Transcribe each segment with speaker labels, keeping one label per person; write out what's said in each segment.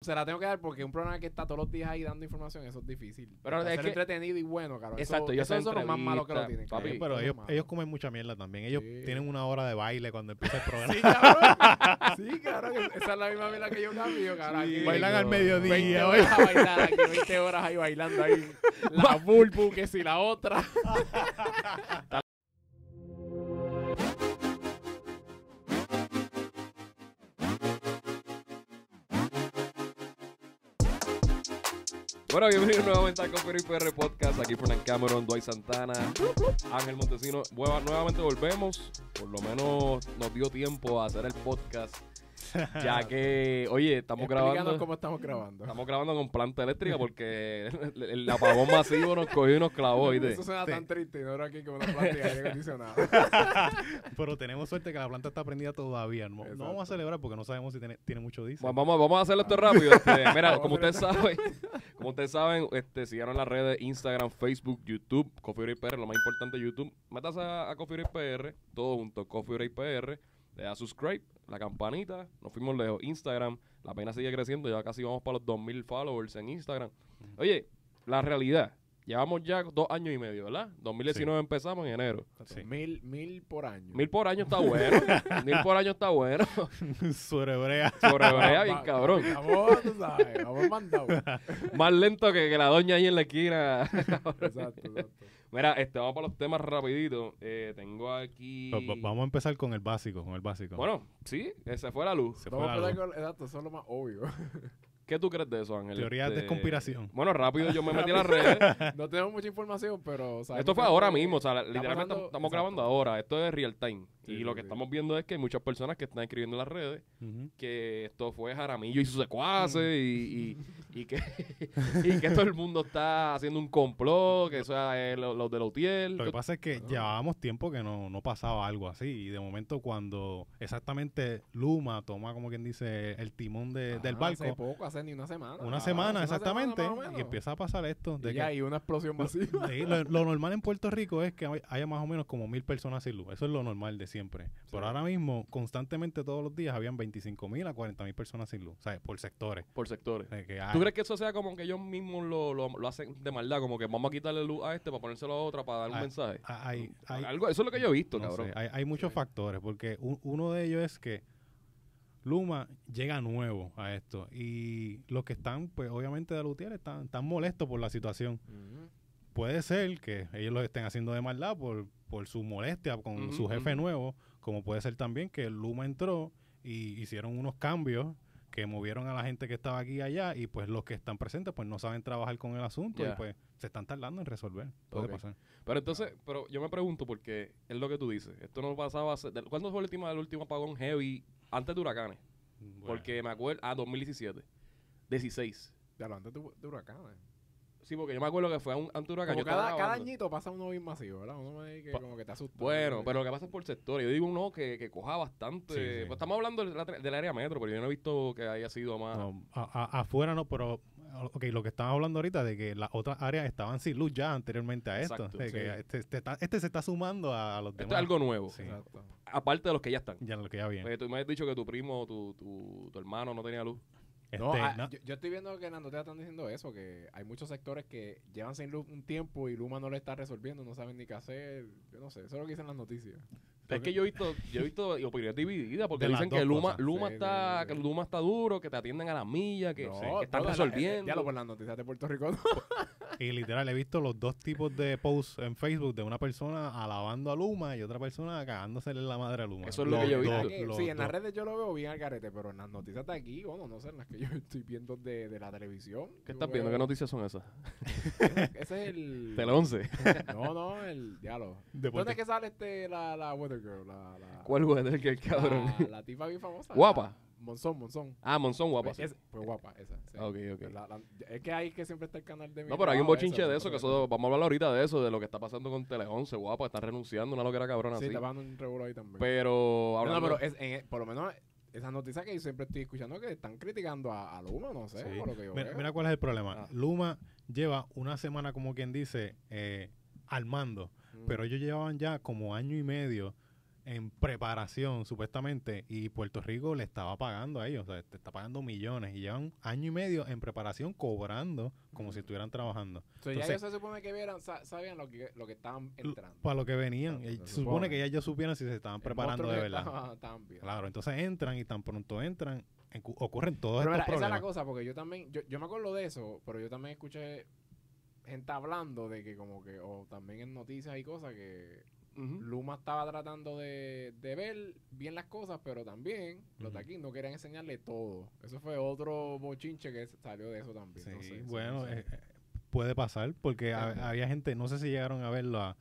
Speaker 1: se la tengo que dar porque un programa que está todos los días ahí dando información, eso es difícil.
Speaker 2: Pero es
Speaker 1: Hacerlo
Speaker 2: que-
Speaker 1: entretenido y bueno, cabrón.
Speaker 2: Exacto,
Speaker 1: eso,
Speaker 2: yo
Speaker 1: eso
Speaker 2: sé
Speaker 1: son los más malos que lo
Speaker 2: entrevistas,
Speaker 1: tienen. cabrón.
Speaker 2: papi.
Speaker 3: Pero
Speaker 1: Eso es
Speaker 3: ellos,
Speaker 1: lo malo.
Speaker 3: ellos comen mucha mierda también. Ellos
Speaker 1: Sí.
Speaker 3: tienen una hora de baile cuando empieza el programa.
Speaker 1: Sí, cabrón. Sí, cabrón. Esa es la misma mierda que yo cambio, cabrón.
Speaker 2: Sí.
Speaker 1: Aquí
Speaker 3: Bailan al
Speaker 2: no.
Speaker 1: 20
Speaker 3: mediodía.
Speaker 1: horas a bailar aquí, 20 horas ahí bailando ahí. La bulbu, que si la otra.
Speaker 2: Bueno, bienvenidos nuevamente al Coffee Break PR Podcast. Aquí Fernán Cameron, Dwight Santana, Ángel Montesino. Vuelva- nuevamente volvemos. Por lo menos nos dio tiempo a hacer el podcast. Ya que, oye, estamos
Speaker 1: Explícanos
Speaker 2: grabando.
Speaker 1: cómo estamos grabando.
Speaker 2: Estamos grabando con planta eléctrica porque el, el apagón masivo nos cogió y nos clavó, ¿viste?
Speaker 1: Eso suena
Speaker 3: Sí.
Speaker 1: tan triste y no era aquí con una planta de aire acondicionado.
Speaker 3: Pero tenemos suerte que la planta está prendida todavía. No, no
Speaker 1: Exacto.
Speaker 3: vamos a celebrar porque no sabemos si tiene, tiene mucho diésel.
Speaker 2: Bueno, vamos, vamos a hacerlo esto rápido. este, mira,
Speaker 1: Vamos
Speaker 2: como
Speaker 1: a hacer
Speaker 2: ustedes saben, como ustedes saben, este, sigan las redes Instagram, Facebook, YouTube, Coffee Break PR, lo más importante YouTube. Métase a, a Coffee Break PR, todo junto, Coffee Break PR, le da subscribe, la campanita, nos fuimos lejos. Instagram, la pena sigue creciendo, ya casi vamos para los 2000 followers en Instagram. Oye, la realidad, llevamos ya dos años y medio, ¿verdad? 2019 empezamos en enero.
Speaker 3: Sí.
Speaker 1: Mil, mil por año.
Speaker 2: Mil por año está bueno, mil por año está bueno.
Speaker 3: Surebrea.
Speaker 2: Sobre
Speaker 1: Va-
Speaker 2: bien
Speaker 1: Ah, va-
Speaker 2: cabrón.
Speaker 1: Vamos, tú sabes, vamos mandado.
Speaker 2: Más lento que, que la doña ahí en la esquina.
Speaker 1: Exacto, exacto.
Speaker 2: Mira, este, vamos para los temas rapidito. Eh, tengo aquí...
Speaker 3: Va- va- Vamos a empezar con el básico, con el básico.
Speaker 2: Bueno, sí, eh, se fue la luz.
Speaker 3: se fue
Speaker 1: Vamos a
Speaker 3: la
Speaker 1: empezar
Speaker 3: luz.
Speaker 1: con- exacto, eso es lo más obvio.
Speaker 2: ¿Qué tú crees de eso, Ángel? Este,
Speaker 3: Teorías de conspiración.
Speaker 2: Bueno, rápido, yo me metí en las redes.
Speaker 1: No tenemos mucha información, pero... sabemos
Speaker 2: Esto fue
Speaker 1: que-
Speaker 2: ahora mismo, o sea, literalmente
Speaker 1: pasando-
Speaker 2: estamos estamos
Speaker 1: exacto.
Speaker 2: grabando ahora. Esto es real time.
Speaker 1: Sí,
Speaker 2: y lo
Speaker 1: sí,
Speaker 2: que
Speaker 1: sí.
Speaker 2: estamos viendo es que hay muchas personas que están escribiendo en las redes
Speaker 3: Ujú.
Speaker 2: que esto fue Jaramillo y sus secuaces
Speaker 1: Mm.
Speaker 2: y, y- y que, y que todo el mundo está haciendo un complot, que eso es los de Lautiel.
Speaker 3: Lo que pasa es que llevábamos tiempo que no, no pasaba algo así. Y de momento, cuando exactamente Luma toma, como quien dice, el timón de- del
Speaker 1: Ah,
Speaker 3: barco,
Speaker 1: Hace poco, hace ni una semana.
Speaker 3: una
Speaker 1: Ah,
Speaker 3: semana
Speaker 1: hace una
Speaker 3: exactamente,
Speaker 1: más o menos.
Speaker 3: y empieza a pasar esto. De
Speaker 1: Y
Speaker 3: que,
Speaker 1: ya, y una explosión masiva.
Speaker 3: Sí, lo, lo normal en Puerto Rico es que hay- haya más o menos como mil personas sin luz. Eso es lo normal de siempre. Pero ahora mismo, constantemente todos los días, habían 25 mil a 40 mil personas sin luz. ¿Sabes? Por sectores.
Speaker 2: por sectores.
Speaker 3: De que, ah,
Speaker 2: ¿Tú crees que eso sea como que ellos mismos lo, lo- lo hacen de maldad? Como que vamos a quitarle luz a este para ponérselo a otra para dar un
Speaker 3: Ah,
Speaker 2: mensaje.
Speaker 3: ah, hay- hay-
Speaker 2: Algo, eso es lo que yo he visto,
Speaker 3: no
Speaker 2: cabrón.
Speaker 3: sé, hay, hay muchos
Speaker 1: Sí.
Speaker 3: factores, porque u- uno de ellos es que Luma llega nuevo a esto. Y los que están, pues obviamente de Lutier, están, están molestos por la situación.
Speaker 1: Ujú.
Speaker 3: puede ser que ellos lo estén haciendo de maldad por, por su molestia con
Speaker 2: Ujú,
Speaker 3: su jefe
Speaker 2: ujú.
Speaker 3: nuevo, como puede ser también que Luma entró y hicieron unos cambios que movieron a la gente que estaba aquí y allá y pues los que están presentes pues no saben trabajar con el asunto
Speaker 2: Ya.
Speaker 3: y pues se están tardando en resolver. Puede
Speaker 2: Ok.
Speaker 3: pasar.
Speaker 2: Pero entonces, pero yo me pregunto porque es lo que tú dices. Esto no pasaba hace- de- ¿Cuándo fue el último, el último apagón heavy antes de huracanes? Porque me acuerdo... Ah, 2017. 16.
Speaker 1: Ya lo antes de, de huracanes.
Speaker 2: Sí, porque yo me acuerdo que fue un, antes de huracán.
Speaker 1: Como
Speaker 2: yo estaba
Speaker 1: cada, cada
Speaker 2: grabando.
Speaker 1: añito pasa uno bien masivo, ¿verdad? Uno ahí que
Speaker 3: Pa-
Speaker 1: como que te asusta.
Speaker 2: Bueno, pero lo que pasa es por sector. Yo digo uno que, que coja bastante.
Speaker 3: Sí, sí.
Speaker 2: Pues estamos hablando del, del área metro, pero yo no he visto que haya sido más.
Speaker 3: No, a- a- afuera no, pero ok, lo que estábamos hablando ahorita de que las otras áreas estaban sin luz ya anteriormente a esto.
Speaker 2: Exacto,
Speaker 3: de que
Speaker 2: sí.
Speaker 3: este, este está- este se está sumando a, a los
Speaker 2: Esto es
Speaker 3: demás.
Speaker 2: algo Pues, nuevo.
Speaker 3: Sí.
Speaker 1: Exacto.
Speaker 2: Aparte de los que ya están.
Speaker 3: Ya lo que ya viene.
Speaker 2: Porque tú me has dicho que tu primo, tu, tu, tu hermano no tenía luz.
Speaker 1: No,
Speaker 3: Este,
Speaker 1: ah,
Speaker 3: no-
Speaker 1: Yo, yo estoy viendo que en las noticias están diciendo eso, que hay muchos sectores que llevan sin luz un tiempo y Luma no le está resolviendo, no saben ni qué hacer. Yo no sé, eso es lo que dicen las noticias.
Speaker 2: Es que yo he visto, yo he visto opiniones divididas porque
Speaker 3: De las
Speaker 2: dicen que
Speaker 3: dos
Speaker 2: Luma,
Speaker 3: cosas.
Speaker 2: Luma
Speaker 1: Sí,
Speaker 2: está,
Speaker 1: sí, sí.
Speaker 2: que Luma está duro, que te atienden a la milla, que, que están
Speaker 1: la- la-
Speaker 2: resolviendo.
Speaker 1: Ya lo por las noticias de Puerto Rico. no.
Speaker 3: Y literal, he visto los dos tipos de posts en Facebook de una persona alabando a Luma y otra persona cagándosele en la madre a Luma.
Speaker 2: Eso es lo que
Speaker 3: Los
Speaker 2: yo he
Speaker 3: dos,
Speaker 2: visto.
Speaker 1: Ah, que-
Speaker 3: los
Speaker 1: sí, en las
Speaker 3: dos.
Speaker 1: redes yo lo veo bien al garete, pero en las noticias de aquí, bueno, no sé, en las que yo estoy viendo de, de la televisión. yo
Speaker 2: ¿Qué estás viendo? ¿Qué
Speaker 1: veo-
Speaker 2: noticias son esas?
Speaker 1: Ese es el...
Speaker 2: Tele 11.
Speaker 1: No, no, el diálogo.
Speaker 3: Deporte.
Speaker 1: ¿Dónde es que sale este, la, la Weather Girl? La, la,
Speaker 2: ¿Cuál fue el que el cabrón?
Speaker 1: La, la tipa bien famosa.
Speaker 2: Guapa.
Speaker 1: la- Monzón, Monzón.
Speaker 2: Ah, Monzón guapa.
Speaker 1: Pues,
Speaker 2: sí.
Speaker 1: Ah, es- pues guapa, esa. sí.
Speaker 2: Ok, ok.
Speaker 1: La- la- es que ahí es que siempre está el canal de mi
Speaker 2: No, pero hay un
Speaker 1: trabajo,
Speaker 2: bochinche
Speaker 1: esa,
Speaker 2: de
Speaker 1: no
Speaker 2: eso, que
Speaker 1: recuerdo.
Speaker 2: eso, vamos a hablar ahorita de eso, de lo que está pasando con Tele 11, guapa, están renunciando, una loquera cabrona
Speaker 1: Sí,
Speaker 2: así.
Speaker 1: te van un revuelo ahí también.
Speaker 2: Pero,
Speaker 1: no, no,
Speaker 2: hablando,
Speaker 1: pero es- en- por lo menos esas noticias que yo siempre estoy escuchando que están criticando a, a Luma, no sé,
Speaker 3: Sí.
Speaker 1: por lo que yo
Speaker 3: Mira,
Speaker 1: veo.
Speaker 3: mira cuál es el problema.
Speaker 2: Ah.
Speaker 3: Luma lleva una semana, como quien dice, eh, al mando.
Speaker 1: Mm.
Speaker 3: Pero ellos llevaban ya como año y medio en preparación, supuestamente, y Puerto Rico le estaba pagando a ellos, o sea, te está pagando millones, y llevan año y medio en preparación cobrando como
Speaker 1: Mm.
Speaker 3: si estuvieran trabajando.
Speaker 1: So, ya
Speaker 3: Entonces-
Speaker 1: ellos se supone que vieran, sa- sabían lo que, lo que estaban entrando.
Speaker 3: Para lo que venían,
Speaker 1: Claro,
Speaker 3: eh,
Speaker 1: se
Speaker 3: se supone
Speaker 1: supone.
Speaker 3: que ellas ya supieran si se estaban preparando de verdad.
Speaker 1: También.
Speaker 3: Claro, entonces entran y tan pronto entran, encu- ocurren todos
Speaker 1: Pero
Speaker 3: estos
Speaker 1: mira, esa es la
Speaker 3: problemas.
Speaker 1: cosa, porque yo también, yo, yo me acuerdo de eso, pero yo también escuché gente hablando de que como que, o también en noticias y cosas, que
Speaker 2: Ujú.
Speaker 1: Luma estaba tratando de, de ver bien las cosas, pero también los de
Speaker 3: Ujú.
Speaker 1: aquí no querían enseñarle todo. Eso fue otro bochinche que s- salió de eso también.
Speaker 3: Sí,
Speaker 1: no sé, eso
Speaker 3: bueno,
Speaker 1: no sé.
Speaker 3: eh, eh, puede pasar, porque ha-
Speaker 1: Ajá.
Speaker 3: había gente, no sé si llegaron a verlo, a,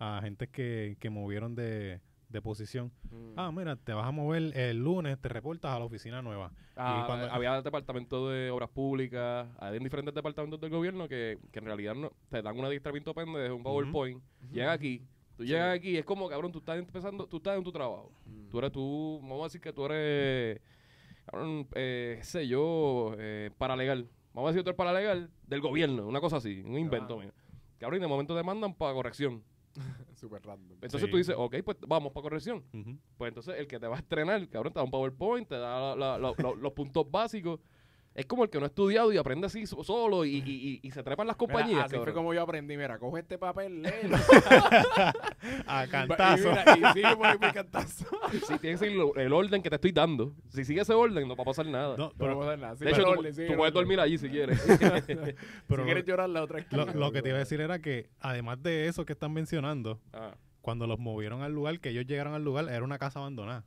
Speaker 3: a gente que, que movieron de, de posición.
Speaker 1: Mm.
Speaker 3: Ah, mira, te vas a mover el lunes, te reportas a la oficina nueva.
Speaker 2: Ah,
Speaker 3: y cuando-
Speaker 2: Había departamento de obras públicas, había diferentes departamentos del gobierno que, que en realidad no, te dan un adiestramiento pendejo, un PowerPoint, llega aquí, tú llegas aquí, es como, cabrón, tú estás empezando, tú estás en tu trabajo,
Speaker 1: Mm.
Speaker 2: tú eres tú, vamos a decir que tú eres, cabrón, eh, qué sé yo, eh, paralegal, vamos a decir que tú eres paralegal del gobierno, una cosa así, un invento
Speaker 1: Ah.
Speaker 2: mío. Cabrón, y de momento te mandan para corrección.
Speaker 1: Súper random.
Speaker 2: Entonces
Speaker 3: Sí.
Speaker 2: tú dices, ok, pues vamos para corrección.
Speaker 3: Ujú.
Speaker 2: Pues entonces el que te va a estrenar, cabrón, te da un PowerPoint, te da la- la- la- lo- los puntos básicos. Es como el que no ha estudiado y aprende así so- solo y, y- y- y se trepa en las
Speaker 1: Mira,
Speaker 2: compañías.
Speaker 1: así fue
Speaker 2: cabrón.
Speaker 1: como yo aprendí, mira, coge este papel, léelo.
Speaker 3: A
Speaker 1: y
Speaker 3: cantazo.
Speaker 1: mira, y sigue por ahí por cantazo.
Speaker 2: Sí, tienes que seguir lo- el orden que te estoy dando. Si sigues ese orden, no va a pasar nada.
Speaker 3: No,
Speaker 1: No
Speaker 3: pero,
Speaker 1: vamos a hacer nada, sigue
Speaker 2: de hecho,
Speaker 1: el
Speaker 2: tú,
Speaker 1: orden,
Speaker 2: tú
Speaker 1: sigue el
Speaker 2: puedes
Speaker 1: orden.
Speaker 2: dormir allí si quieres.
Speaker 3: pero
Speaker 1: si quieres llorar, la otra
Speaker 3: lo,
Speaker 1: esquina.
Speaker 3: lo que te iba a decir era que, además de eso que están mencionando,
Speaker 2: Ah,
Speaker 3: cuando los movieron al lugar, que ellos llegaron al lugar, era una casa abandonada.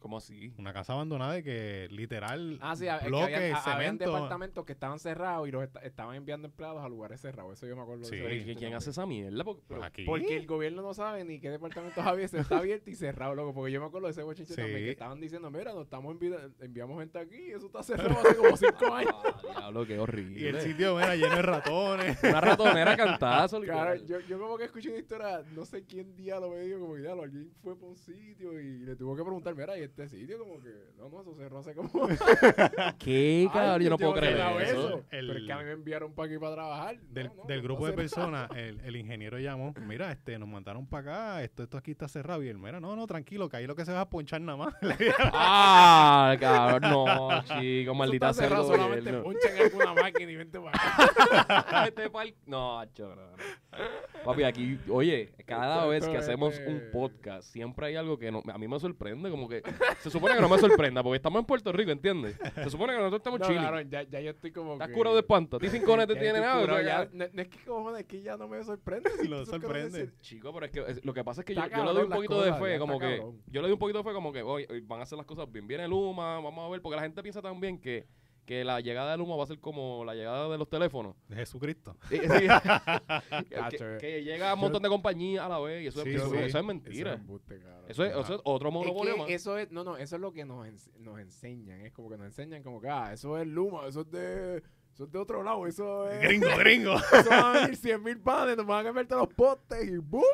Speaker 2: ¿Cómo así?
Speaker 3: Una casa abandonada de que literal
Speaker 1: Ah, sí, es que
Speaker 3: bloques,
Speaker 1: habían, a- habían
Speaker 3: cemento.
Speaker 1: departamentos que estaban cerrados y los est- estaban enviando empleados a lugares cerrados. Eso yo me acuerdo.
Speaker 3: Sí.
Speaker 1: de
Speaker 2: Pero,
Speaker 1: eso.
Speaker 2: ¿y ¿Quién, quién hace esa mierda? Porque,
Speaker 3: Pues
Speaker 2: pero-
Speaker 3: aquí.
Speaker 1: Porque el gobierno no sabe ni qué departamento había, se está abierto y cerrado, loco. Porque yo me acuerdo de ese bochinche
Speaker 3: Sí.
Speaker 1: también que estaban diciendo, mira, nos estamos envi- enviamos gente aquí, eso está cerrado hace como cinco años.
Speaker 2: Ah, diablo, qué horrible.
Speaker 3: Y el sitio era lleno de ratones.
Speaker 2: Una ratonera cantazo.
Speaker 1: Claro,
Speaker 2: literal.
Speaker 1: yo, yo como que escuché una historia, no sé quién día lo me dijo, como que ya, alguien fue por un sitio y le tuvo que preguntar, mira, y este sitio como que, no, no, eso cerró hace como...
Speaker 2: ¿Qué, cabrón?
Speaker 1: Ay,
Speaker 2: yo no
Speaker 1: tengo
Speaker 2: puedo creer
Speaker 1: cerrado
Speaker 2: eso.
Speaker 1: eso.
Speaker 3: El-
Speaker 1: Pero es que a mí me enviaron para aquí para trabajar. No,
Speaker 3: del,
Speaker 1: no,
Speaker 3: del
Speaker 1: no
Speaker 3: grupo de
Speaker 1: está
Speaker 3: personas, el, el ingeniero llamó, mira, este, nos mandaron para acá, esto, esto aquí está cerrado. Y él, mira, no, no, tranquilo, que ahí lo que se va a ponchar nada más.
Speaker 2: Ah, cabrón, no, chico, maldita
Speaker 1: Maldita
Speaker 2: sea el
Speaker 1: cerrado, solamente
Speaker 2: gobierno.
Speaker 1: ponchen alguna máquina y vente para acá.
Speaker 2: Este pal- No, chorro. Papi, aquí, oye, cada
Speaker 1: Esto-
Speaker 2: vez que
Speaker 1: esto es
Speaker 2: hacemos
Speaker 1: de-
Speaker 2: un podcast, siempre hay algo que no- a mí me sorprende, como que se supone que no me sorprenda, porque estamos en Puerto Rico, ¿entiendes? Se supone que nosotros estamos
Speaker 1: No,
Speaker 2: chilling.
Speaker 1: cabrón, ya, ya yo estoy como
Speaker 2: Estás
Speaker 1: que-
Speaker 2: curado de espanto. A ti sin
Speaker 1: Ya
Speaker 2: cones te
Speaker 1: yo
Speaker 2: tiene
Speaker 1: estoy
Speaker 2: nada.
Speaker 1: curado,
Speaker 2: o sea,
Speaker 1: ya- no, no es que cojones, es que ya no me sorprende. si
Speaker 3: Lo
Speaker 1: tú sabes que no
Speaker 3: sorprende.
Speaker 1: decir-
Speaker 2: Chico, pero es que es- lo que pasa es que yo,
Speaker 1: Está
Speaker 2: yo le doy
Speaker 1: cabrón
Speaker 2: un
Speaker 1: las
Speaker 2: poquito
Speaker 1: cosas,
Speaker 2: de
Speaker 1: ya
Speaker 2: fe,
Speaker 1: está
Speaker 2: como que.
Speaker 1: cabrón.
Speaker 2: Yo le doy un poquito de fe, como que oye, oye, van a hacer las cosas bien. Viene Luma, vamos a ver, porque la gente piensa también que, que la llegada de Luma va a ser como la llegada de los teléfonos.
Speaker 3: De Jesucristo.
Speaker 2: Sí, sí. que,
Speaker 1: Cacho,
Speaker 2: que-
Speaker 1: eh.
Speaker 2: que llega un montón de compañías a la vez y eso, es-
Speaker 3: Sí,
Speaker 2: eso-
Speaker 3: sí.
Speaker 2: eso es
Speaker 1: Eso es
Speaker 2: mentira.
Speaker 1: embuste, cabrón.
Speaker 2: Eso es,
Speaker 3: Ajá.
Speaker 2: eso es otro
Speaker 1: Es
Speaker 2: monopolio
Speaker 1: que
Speaker 2: más.
Speaker 1: eso es, no, no, eso es lo que nos, ens- nos enseñan. Es como que nos enseñan como que, ah, eso es Luma, eso es de, eso es de otro lado, eso es...
Speaker 3: Gringo, gringo.
Speaker 1: Eso van a venir 100 mil panes, nos van a cambiarte los postes y ¡boom!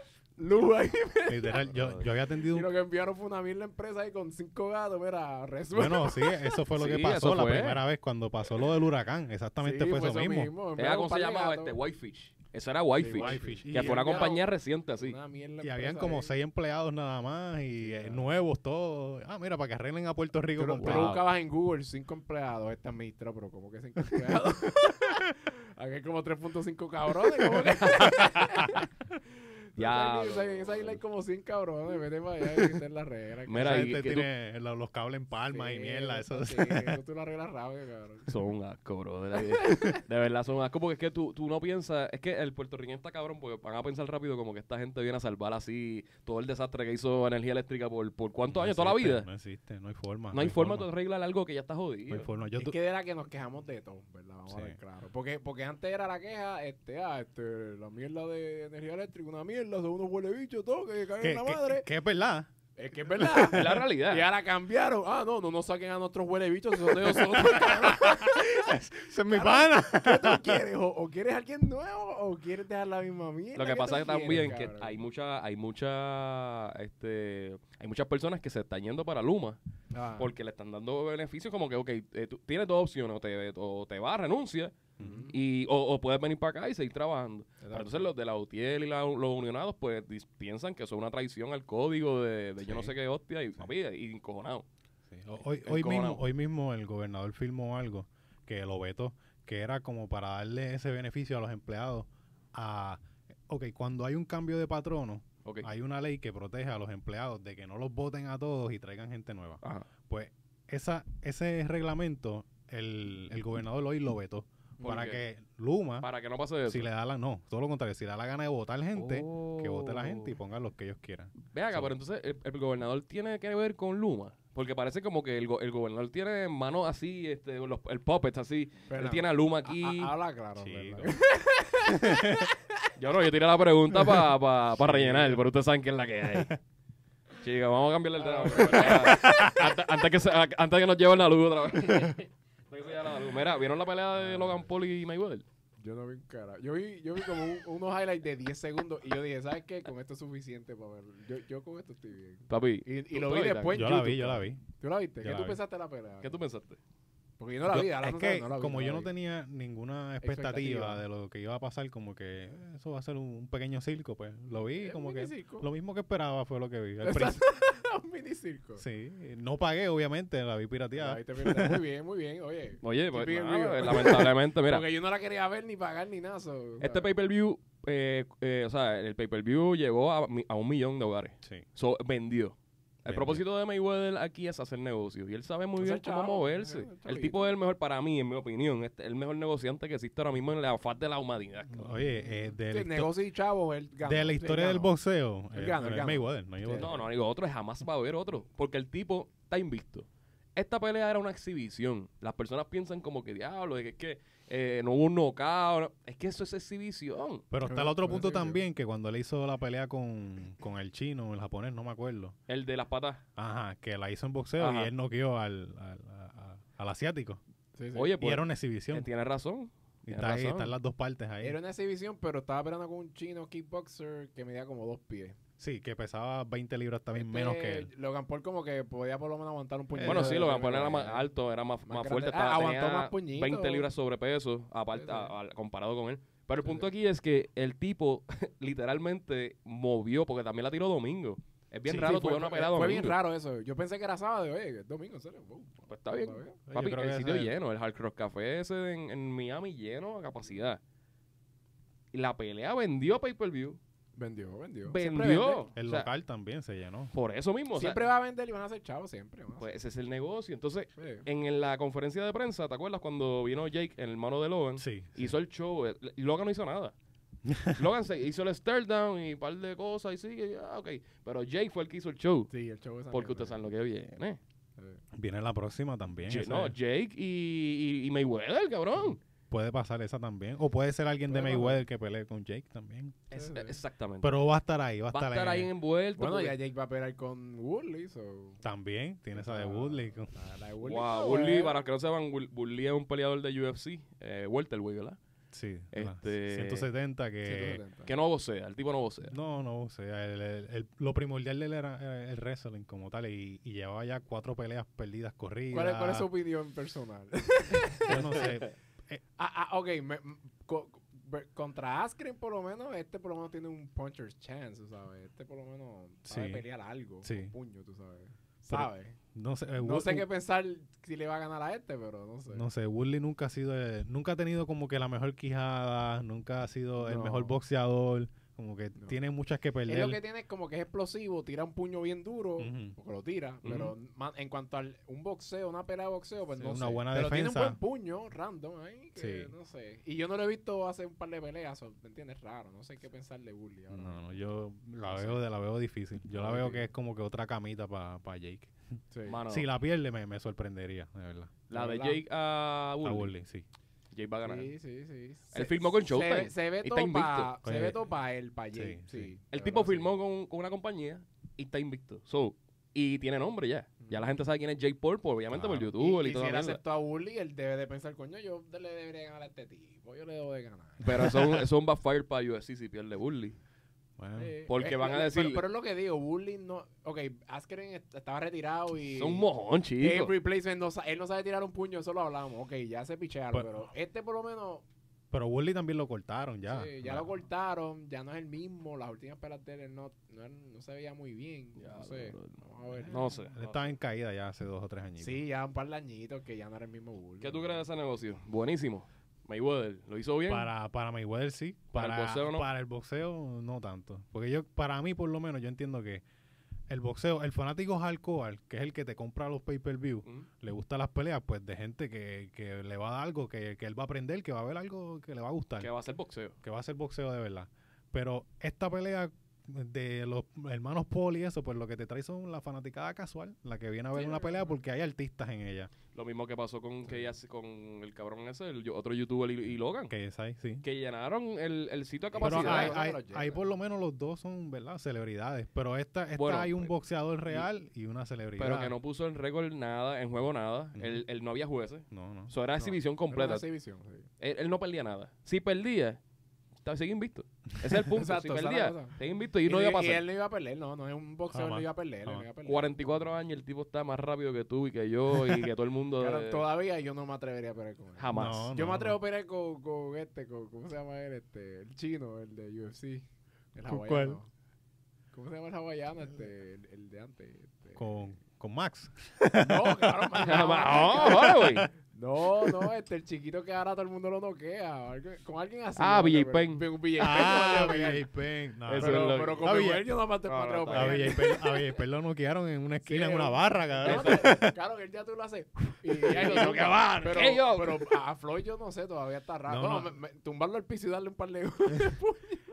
Speaker 1: Luz ahí.
Speaker 3: Literal, yo, yo había atendido
Speaker 1: Y
Speaker 3: un...
Speaker 1: lo que enviaron fue una mil empresa ahí con cinco gatos, mira, resuelve.
Speaker 3: Bueno, sí, eso fue lo que
Speaker 2: Sí,
Speaker 3: pasó
Speaker 2: eso
Speaker 3: la
Speaker 2: fue.
Speaker 3: primera vez cuando pasó lo del huracán. Exactamente
Speaker 1: Sí,
Speaker 3: fue, eso mismo.
Speaker 2: Era
Speaker 1: enviaron
Speaker 2: como
Speaker 1: un
Speaker 2: se
Speaker 1: par de
Speaker 2: llamaba
Speaker 1: gatos.
Speaker 2: este, Whitefish. Eso era Whitefish.
Speaker 1: Sí,
Speaker 3: Whitefish. Y,
Speaker 2: Que fue una
Speaker 1: enviaron-
Speaker 2: compañía reciente así.
Speaker 1: Una mierda
Speaker 3: y
Speaker 1: empresa
Speaker 3: habían como
Speaker 1: ahí.
Speaker 3: seis empleados nada más y eh,
Speaker 1: claro.
Speaker 3: nuevos todos. Ah, mira, para que arreglen a Puerto Rico
Speaker 1: Tú, lo- tú
Speaker 3: completo.
Speaker 1: lo
Speaker 2: Wow.
Speaker 1: buscabas en Google, cinco empleados, esta administra, pero ¿cómo que cinco empleados? Aquí hay como 3.5 cabrones, ¿cómo que?
Speaker 2: Ya,
Speaker 1: En esa, en esa isla hay como 100 cabrones, vete para allá y quitar la regla.
Speaker 2: Mira,
Speaker 3: Esa
Speaker 2: y
Speaker 3: gente
Speaker 2: que tú-
Speaker 3: tiene lo- los cables en palma y
Speaker 1: Sí,
Speaker 3: mierda. Eso,
Speaker 1: sí, eso tú lo arreglas rápido, cabrón.
Speaker 2: Son un asco, bro. De, la- de verdad son un asco porque es que tú, tú no piensas. Es que el puertorriqueño está cabrón porque van a pensar rápido como que esta gente viene a salvar así todo el desastre que hizo energía eléctrica por, por cuántos
Speaker 3: No
Speaker 2: años, toda la
Speaker 3: existe,
Speaker 2: vida.
Speaker 3: No existe, no hay forma.
Speaker 2: No hay forma de arreglar algo que ya está jodido.
Speaker 3: No hay forma. Yo
Speaker 1: es
Speaker 3: tu-
Speaker 1: que de la que nos quejamos de todo, ¿verdad? Vamos a
Speaker 3: Sí.
Speaker 1: ver, claro. Porque, porque antes era la queja, este, ah, este, la mierda de energía eléctrica, una mierda, son unos huele bichos, todo, que caen
Speaker 3: que,
Speaker 1: en la
Speaker 3: que-
Speaker 1: madre.
Speaker 3: que es verdad.
Speaker 1: Es que es verdad.
Speaker 2: Es la realidad.
Speaker 1: Y ahora cambiaron. Ah, no, no nos saquen a nuestros huele bichos, esos son de nosotros. cabrón. quieres?
Speaker 3: ¡Ese es mi pana!
Speaker 1: ¿Qué tú quieres? ¿O, o quieres alguien nuevo o quieres dejar la misma mierda?
Speaker 2: Lo que
Speaker 1: tú
Speaker 2: pasa es que también
Speaker 1: quieres,
Speaker 2: que
Speaker 1: cabrón?
Speaker 2: hay mucha, hay mucha, este, hay muchas personas que se están yendo para Luma
Speaker 1: Ah.
Speaker 2: porque le están dando beneficios como que, ok, eh, tú tienes dos opciones, o te, o te vas, renuncia,
Speaker 1: Ujú.
Speaker 2: y, o, o puedes venir para acá y seguir trabajando. Pero
Speaker 1: Exacto.
Speaker 2: entonces los de la UTIEL y la- los unionados, pues dis- piensan que eso es una traición al código de, de yo no
Speaker 3: Sí.
Speaker 2: sé qué hostia, y papi, y encojonado.
Speaker 3: Sí, ho- Hoy,
Speaker 2: el
Speaker 3: hoy, mismo,
Speaker 2: cojonao.
Speaker 3: hoy mismo el gobernador firmó algo que lo vetó, que era como para darle ese beneficio a los empleados. A, ok, cuando hay un cambio de patrono,
Speaker 2: Ok.
Speaker 3: hay una ley que protege a los empleados de que no los voten a todos y traigan gente nueva.
Speaker 2: Ajá.
Speaker 3: Pues esa, ese reglamento, el, el gobernador hoy lo vetó.
Speaker 2: ¿Por
Speaker 3: Para
Speaker 2: qué?
Speaker 3: que Luma,
Speaker 2: Para que no pase eso.
Speaker 3: si le da la, no, todo lo contrario, si le da la gana de votar gente, que vote la gente y
Speaker 2: Oh.
Speaker 3: pongan los que ellos quieran.
Speaker 2: Ve acá,
Speaker 3: Sí.
Speaker 2: pero entonces el, el gobernador tiene que ver con Luma. Porque parece como que el, go- el gobernador tiene manos así, este, los- el puppet así.
Speaker 1: Espera,
Speaker 2: Él tiene a Luma aquí.
Speaker 1: a- a- Habla claro,
Speaker 3: Chico.
Speaker 1: ¿verdad?
Speaker 2: Yo no, yo tiré la pregunta para rellenar, pero ustedes saben que es la que hay. Chica, vamos a cambiarle el tema. porque, ¿verdad? antes, antes que se- antes que nos lleven la luz otra vez. Antes que se lleve la luz. Mira, ¿vieron la pelea de Logan Paul y Mayweather?
Speaker 1: Yo no vi un cara. Yo vi, yo vi como un- unos highlights de 10 segundos y yo dije, ¿sabes qué? Con esto es suficiente para verlo. Yo, yo con esto estoy bien.
Speaker 2: Papi,
Speaker 1: Y,
Speaker 2: ¿Tú
Speaker 1: y lo
Speaker 2: la
Speaker 1: vi
Speaker 2: viste?
Speaker 1: después. en
Speaker 3: Yo la
Speaker 1: YouTube,
Speaker 3: vi, yo la
Speaker 1: cabrón.
Speaker 3: vi.
Speaker 1: ¿Tú la viste?
Speaker 3: Yo
Speaker 1: ¿Qué
Speaker 3: la
Speaker 1: tú
Speaker 3: vi.
Speaker 1: pensaste de la pelea?
Speaker 2: ¿qué tú pensaste?
Speaker 1: Porque yo no la
Speaker 3: Yo-
Speaker 1: vi. ahora
Speaker 3: es
Speaker 1: no
Speaker 3: que
Speaker 1: sabes, no la vi, no
Speaker 3: como yo
Speaker 1: la
Speaker 3: no
Speaker 1: vi.
Speaker 3: tenía ninguna expectativa,
Speaker 1: Expectativa.
Speaker 3: de lo que iba a pasar, como que eh, eso va a ser un, un pequeño circo, pues lo vi
Speaker 1: Es
Speaker 3: como
Speaker 1: un
Speaker 3: que
Speaker 1: minicirco.
Speaker 3: lo mismo que esperaba fue lo que vi. Al
Speaker 1: Exacto.
Speaker 3: principio.
Speaker 1: un minicirco.
Speaker 3: sí, eh, no pagué obviamente, la vi pirateada.
Speaker 1: Ahí te pierdes. Muy bien, muy bien. Oye.
Speaker 2: Oye,
Speaker 1: Keep
Speaker 2: pues,
Speaker 1: it
Speaker 2: nada,
Speaker 1: real.
Speaker 2: pues, lamentablemente, mira.
Speaker 1: Porque yo no la quería ver ni pagar ni nada. so,
Speaker 2: Este
Speaker 1: claro.
Speaker 2: pay-per-view, eh, eh, o sea, el pay-per-view llegó a, mi- a un millón de hogares.
Speaker 3: Sí.
Speaker 2: So, vendió. El
Speaker 3: Vendió.
Speaker 2: propósito de Mayweather aquí es hacer negocios. Y él sabe muy
Speaker 1: Hacer
Speaker 2: bien cómo
Speaker 1: chavo,
Speaker 2: moverse.
Speaker 1: eh,
Speaker 2: el
Speaker 1: chavito.
Speaker 2: tipo es el mejor, para mí, en mi opinión, este, el mejor negociante que existe ahora mismo en la faz de la humanidad. cabrón.
Speaker 3: Oye, eh, de,
Speaker 1: Sí,
Speaker 3: la histo-
Speaker 1: negocio y chavo, él ganó.
Speaker 3: de la
Speaker 1: Sí,
Speaker 3: historia del
Speaker 1: ganó.
Speaker 3: boxeo,
Speaker 1: Él
Speaker 3: eh,
Speaker 1: ganó, él
Speaker 3: no es
Speaker 1: ganó.
Speaker 3: Mayweather, no hay
Speaker 1: Sí.
Speaker 3: otro.
Speaker 2: No, no, digo, otro jamás va a haber otro. Porque el tipo está invisto. Esta pelea era una exhibición. Las personas piensan como que, diablo, de que es que eh, no hubo un knockout. no". Es que eso es exhibición.
Speaker 3: Pero
Speaker 1: Pero-
Speaker 3: está el otro
Speaker 1: pero
Speaker 3: punto
Speaker 1: sí, sí.
Speaker 3: también, que cuando él hizo la pelea con, con el chino, el japonés, no me acuerdo.
Speaker 2: El de las patas.
Speaker 3: Ajá, que la hizo en boxeo
Speaker 2: Ajá.
Speaker 3: y él noqueó al, al, a- a- al asiático.
Speaker 1: Sí, sí.
Speaker 2: Oye,
Speaker 3: Y
Speaker 2: pues,
Speaker 3: era una exhibición.
Speaker 2: eh, tiene razón.
Speaker 3: Y
Speaker 2: Tienes
Speaker 3: está ahí,
Speaker 2: razón.
Speaker 3: están las dos partes ahí.
Speaker 1: Era una exhibición, pero estaba peleando con un chino kickboxer que medía como dos pies.
Speaker 3: Sí, que pesaba 20 libras también menos que él.
Speaker 1: Este, Logan Paul como que podía por lo menos aguantar un puñetazo.
Speaker 2: Bueno,
Speaker 3: Eh,
Speaker 2: sí,
Speaker 3: eh,
Speaker 2: lo
Speaker 1: que
Speaker 2: van a poner era
Speaker 1: era
Speaker 2: más alto, era más,
Speaker 1: Más
Speaker 2: más
Speaker 1: grande.
Speaker 2: fuerte.
Speaker 1: Ah,
Speaker 2: Estaba,
Speaker 1: aguantó
Speaker 2: tenía
Speaker 1: más puñito.
Speaker 2: 20 libras sobrepeso, aparte,
Speaker 1: Sí, sí.
Speaker 2: a- al- comparado con él. Pero el
Speaker 1: Sí,
Speaker 2: punto
Speaker 1: sí.
Speaker 2: aquí es que el tipo literalmente movió, porque también la tiró domingo. Es bien
Speaker 3: Sí,
Speaker 2: raro
Speaker 1: Sí,
Speaker 2: tuve
Speaker 1: fue,
Speaker 2: una
Speaker 1: fue-
Speaker 2: pelea
Speaker 1: fue
Speaker 2: domingo.
Speaker 1: bien raro eso. Yo pensé que era sábado. Oye, es domingo, en serio. Wow.
Speaker 2: Pues está bien.
Speaker 1: Todavía.
Speaker 3: Yo
Speaker 2: Papi,
Speaker 3: creo
Speaker 2: el
Speaker 3: que
Speaker 2: sitio
Speaker 3: ese-
Speaker 2: lleno, el Hard Cross Café ese en, en Miami lleno a capacidad. Y La pelea vendió pay-per-view.
Speaker 1: Vendió, vendió. Siempre
Speaker 2: Vendió.
Speaker 1: vende.
Speaker 3: El
Speaker 2: O sea,
Speaker 3: local también se llenó.
Speaker 2: por eso mismo. o sea,
Speaker 1: siempre va a vender y van a ser chavos, siempre. van a
Speaker 2: pues eh, ese es el negocio. Entonces,
Speaker 1: hacer- sí.
Speaker 2: en la conferencia de prensa, ¿te acuerdas cuando vino Jake, el hermano de Logan?
Speaker 3: Sí.
Speaker 2: Hizo el show. eh, y Logan no hizo nada. Logan se hizo el stare down y un par de cosas y sigue. Ah, ok. Pero Jake fue el que hizo el show.
Speaker 1: Sí, el show es
Speaker 2: Porque ustedes saben lo que viene.
Speaker 3: Viene la próxima también.
Speaker 2: Ja-
Speaker 3: esa
Speaker 2: no,
Speaker 3: es.
Speaker 2: Jake y, y, y Mayweather, cabrón.
Speaker 3: Puede pasar esa también. O puede ser alguien de
Speaker 1: Puede pasar.
Speaker 3: Mayweather que pelee con Jake también.
Speaker 2: Es-
Speaker 1: Sí,
Speaker 2: e,
Speaker 1: sí.
Speaker 2: exactamente.
Speaker 3: Pero va a estar ahí, va a
Speaker 2: Va a
Speaker 3: estar,
Speaker 2: estar ahí envuelto.
Speaker 1: Bueno,
Speaker 2: porque-
Speaker 1: ya Jake va a pelear con Woodley. so-
Speaker 3: También tiene esa de
Speaker 1: Ah,
Speaker 3: Woodley. con-
Speaker 1: La, la de Woodley. eh,
Speaker 2: Wow,
Speaker 1: está
Speaker 2: Burley,
Speaker 1: buena.
Speaker 2: para los que no sepan, Bur- Burley es un peleador de UFC, eh, welterweight, ¿verdad?
Speaker 3: Sí, la
Speaker 2: Este-
Speaker 3: 170 que...
Speaker 1: 170.
Speaker 2: Que no vocea, el tipo no vocea.
Speaker 3: No, no, o sea, el- el- el- lo primordial de él era eh, el wrestling como tal y, y llevaba ya cuatro peleas perdidas corridas.
Speaker 1: ¿Cuál es, ¿Cuál es su opinión personal?
Speaker 3: Yo no sé.
Speaker 1: ah, ah, ok. me- m- co- ver- contra Askren, por lo menos, este por lo menos tiene un puncher's chance, tú ¿sabes? Este por lo menos sabe
Speaker 3: Sí.
Speaker 1: pelear algo.
Speaker 3: Sí.
Speaker 1: Un puño, tú sabes. ¿Sabes?
Speaker 3: No sé, eh,
Speaker 1: No
Speaker 3: Wood-
Speaker 1: sé qué pensar si le va a ganar a este, pero no sé.
Speaker 3: No sé, Woodley nunca ha sido, eh, nunca ha tenido como que la mejor quijada, nunca ha sido el
Speaker 1: No.
Speaker 3: mejor boxeador, como que
Speaker 1: No.
Speaker 3: tiene muchas que
Speaker 1: Él lo que
Speaker 3: perder.
Speaker 1: tiene es como que es explosivo, tira un puño bien duro,
Speaker 3: Ujú.
Speaker 1: porque lo tira, pero ma- en cuanto a un boxeo, una pelea de boxeo, pues
Speaker 3: Sí,
Speaker 1: no
Speaker 3: una
Speaker 1: sé.
Speaker 3: buena
Speaker 1: pero tiene
Speaker 3: defensa.
Speaker 1: un buen puño random ahí, que
Speaker 3: Sí.
Speaker 1: no sé. Y yo no lo he visto hace un par de peleas, o- ¿me entiendes? Raro, no sé qué pensar de Bully ahora.
Speaker 3: No, no, yo la
Speaker 1: No sé.
Speaker 3: veo, de- la veo difícil. Yo la
Speaker 1: Muy
Speaker 3: veo
Speaker 1: difícil.
Speaker 3: que es como que otra camita para Jake.
Speaker 1: Sí.
Speaker 2: Mano,
Speaker 3: Si la pierde me, me sorprendería, de verdad.
Speaker 2: la de
Speaker 1: ¿verdad?
Speaker 2: Jake a
Speaker 3: A
Speaker 2: Burley,
Speaker 3: Woodley, sí.
Speaker 2: Jake va a ganar.
Speaker 1: Sí, sí, sí.
Speaker 2: Él firmó con Showtime.
Speaker 1: Se, se ve
Speaker 2: Está
Speaker 1: todo
Speaker 2: invicto.
Speaker 1: para
Speaker 3: Oye,
Speaker 1: él, para
Speaker 3: eh, sí,
Speaker 1: Jake. Sí,
Speaker 3: sí.
Speaker 2: El tipo firmó con, con una compañía y está invicto. So, y tiene nombre ya.
Speaker 1: con...
Speaker 2: Ya la gente sabe quién es Jake Paul, por, obviamente
Speaker 3: Claro.
Speaker 1: Mm. Ah.
Speaker 2: por
Speaker 1: Y,
Speaker 2: YouTube y,
Speaker 1: y
Speaker 2: toda
Speaker 1: si
Speaker 2: la
Speaker 1: él
Speaker 2: mierda.
Speaker 1: aceptó a Bully, él debe de pensar, coño, yo le debería ganar a este tipo, yo le debo de ganar.
Speaker 2: Pero eso, es un- eso es un backfire para UFC si pierde Burley.
Speaker 3: Bueno,
Speaker 1: Eh,
Speaker 2: Porque
Speaker 1: eh,
Speaker 2: van a
Speaker 1: pero-
Speaker 2: decirle-
Speaker 1: Pero, es lo que digo, Bully no... Ok, Askren est- estaba retirado y...
Speaker 2: Son un mojón,
Speaker 1: Dave
Speaker 2: chicos.
Speaker 1: Replacement, no sa- él no sabe tirar un puño, eso lo hablamos. Ok, ya se pichearon,
Speaker 3: Pero-
Speaker 1: pero este por lo menos
Speaker 3: pero Woodley también lo cortaron ya.
Speaker 1: Sí, ya lo cortaron, ya no es el mismo. Las últimas pelas de él no, no, eran- no se veía muy bien.
Speaker 2: Ya,
Speaker 1: no sé.
Speaker 2: bro, no.
Speaker 1: Vamos a ver.
Speaker 2: No sé.
Speaker 3: Él estaba en caída ya hace dos o tres añitos.
Speaker 1: Sí, ya un par de añitos que ya no era el mismo Bully.
Speaker 2: ¿Qué tú crees de ese negocio? Buenísimo. Mayweather, ¿lo hizo bien?
Speaker 3: Para, para Mayweather sí.
Speaker 2: Para
Speaker 3: Para,
Speaker 2: el boxeo, ¿no?
Speaker 3: para el boxeo no tanto. Porque yo, para mí por lo menos, yo entiendo que el boxeo, el fanático hardcore, que es el que te compra los pay-per-view,
Speaker 2: Mm.
Speaker 3: le gustan las peleas, pues de gente que, que le va a dar algo, que, que él va a aprender, que va a ver algo que le va a gustar,
Speaker 2: Que va a ser boxeo.
Speaker 3: que va a ser boxeo de verdad. Pero esta pelea de los hermanos Poli y eso, pues lo que te trae son la fanaticada casual, la que viene a ver
Speaker 2: Sí,
Speaker 3: una
Speaker 2: claro.
Speaker 3: pelea porque hay artistas en ella.
Speaker 2: Lo mismo que pasó con, que ya- con el cabrón ese, el yo- otro youtuber y, y Logan.
Speaker 3: Que es ahí, sí.
Speaker 2: Que llenaron el, el sitio a
Speaker 1: Pero
Speaker 3: Pero
Speaker 2: capacidad.
Speaker 3: ahí,
Speaker 1: ¿no?
Speaker 3: ahí-
Speaker 1: Pero llega.
Speaker 3: ahí por lo menos los dos son, ¿verdad? Celebridades. Pero esta, esta
Speaker 2: Bueno,
Speaker 3: hay un
Speaker 2: eh,
Speaker 3: boxeador real y una celebridad.
Speaker 2: pero que no puso en récord nada, en juego nada.
Speaker 3: Ujú.
Speaker 2: él, él no había jueces.
Speaker 3: No, no.
Speaker 2: Eso era
Speaker 1: No,
Speaker 2: exhibición
Speaker 1: Era una
Speaker 2: completa.
Speaker 1: exhibición, sí.
Speaker 2: Él, él no perdía nada. Si perdía, estaba, seguía invicto. Ese es el punto.
Speaker 1: Exacto,
Speaker 2: si
Speaker 1: esa es la
Speaker 2: perdía,
Speaker 1: cosa.
Speaker 2: seguía invicto y no iba a pasar.
Speaker 1: él no iba a perder, no, no es un boxeador,
Speaker 3: Jamás,
Speaker 1: no iba a perder, él no
Speaker 3: jamás.
Speaker 1: iba a perder.
Speaker 2: 44 años, el tipo está más rápido que tú y que yo y que todo el mundo.
Speaker 1: Claro,
Speaker 2: de-
Speaker 1: todavía yo no me atrevería a pelear con él.
Speaker 2: Jamás.
Speaker 3: No,
Speaker 1: yo me atrevo a pelear con, con este, con, ¿cómo se llama él? Este, el chino, el de UFC. El
Speaker 3: ¿Con
Speaker 1: hawaiano. ¿Cómo se llama el hawaiano? Este, el, el de antes. este?
Speaker 3: Con, Ah, con Max.
Speaker 1: No, claro, más-
Speaker 2: Jamás. No, joder, güey.
Speaker 1: No, no, este, el chiquito que ahora todo el mundo lo noquea. algo- Con alguien así.
Speaker 2: Ah,
Speaker 1: ¿no?
Speaker 2: BJ
Speaker 1: Pero-
Speaker 2: Penn.
Speaker 1: pero un BJ Penn.
Speaker 3: Ah,
Speaker 1: no vale la pena.
Speaker 3: BJ Penn. No,
Speaker 2: Eso
Speaker 3: pero-
Speaker 2: es
Speaker 1: Pero,
Speaker 2: lo-
Speaker 1: pero
Speaker 3: Ah,
Speaker 1: con mi
Speaker 3: BJ.
Speaker 1: yo no me atrevo
Speaker 2: No, no,
Speaker 1: a
Speaker 2: está
Speaker 3: a
Speaker 1: pelear.
Speaker 3: BJ Penn, a BJ Penn lo noquearon en una esquina, en
Speaker 1: es
Speaker 3: una
Speaker 1: un-
Speaker 3: barra. cabrón.
Speaker 1: No, te- Claro que él ya tú lo haces. Y ahí lo
Speaker 2: que van,
Speaker 1: Pero,
Speaker 2: que yo.
Speaker 1: pero a Floyd yo no sé, todavía está raro.
Speaker 3: No,
Speaker 1: Bueno,
Speaker 3: no.
Speaker 1: me- me- tumbarlo al piso y darle un par de.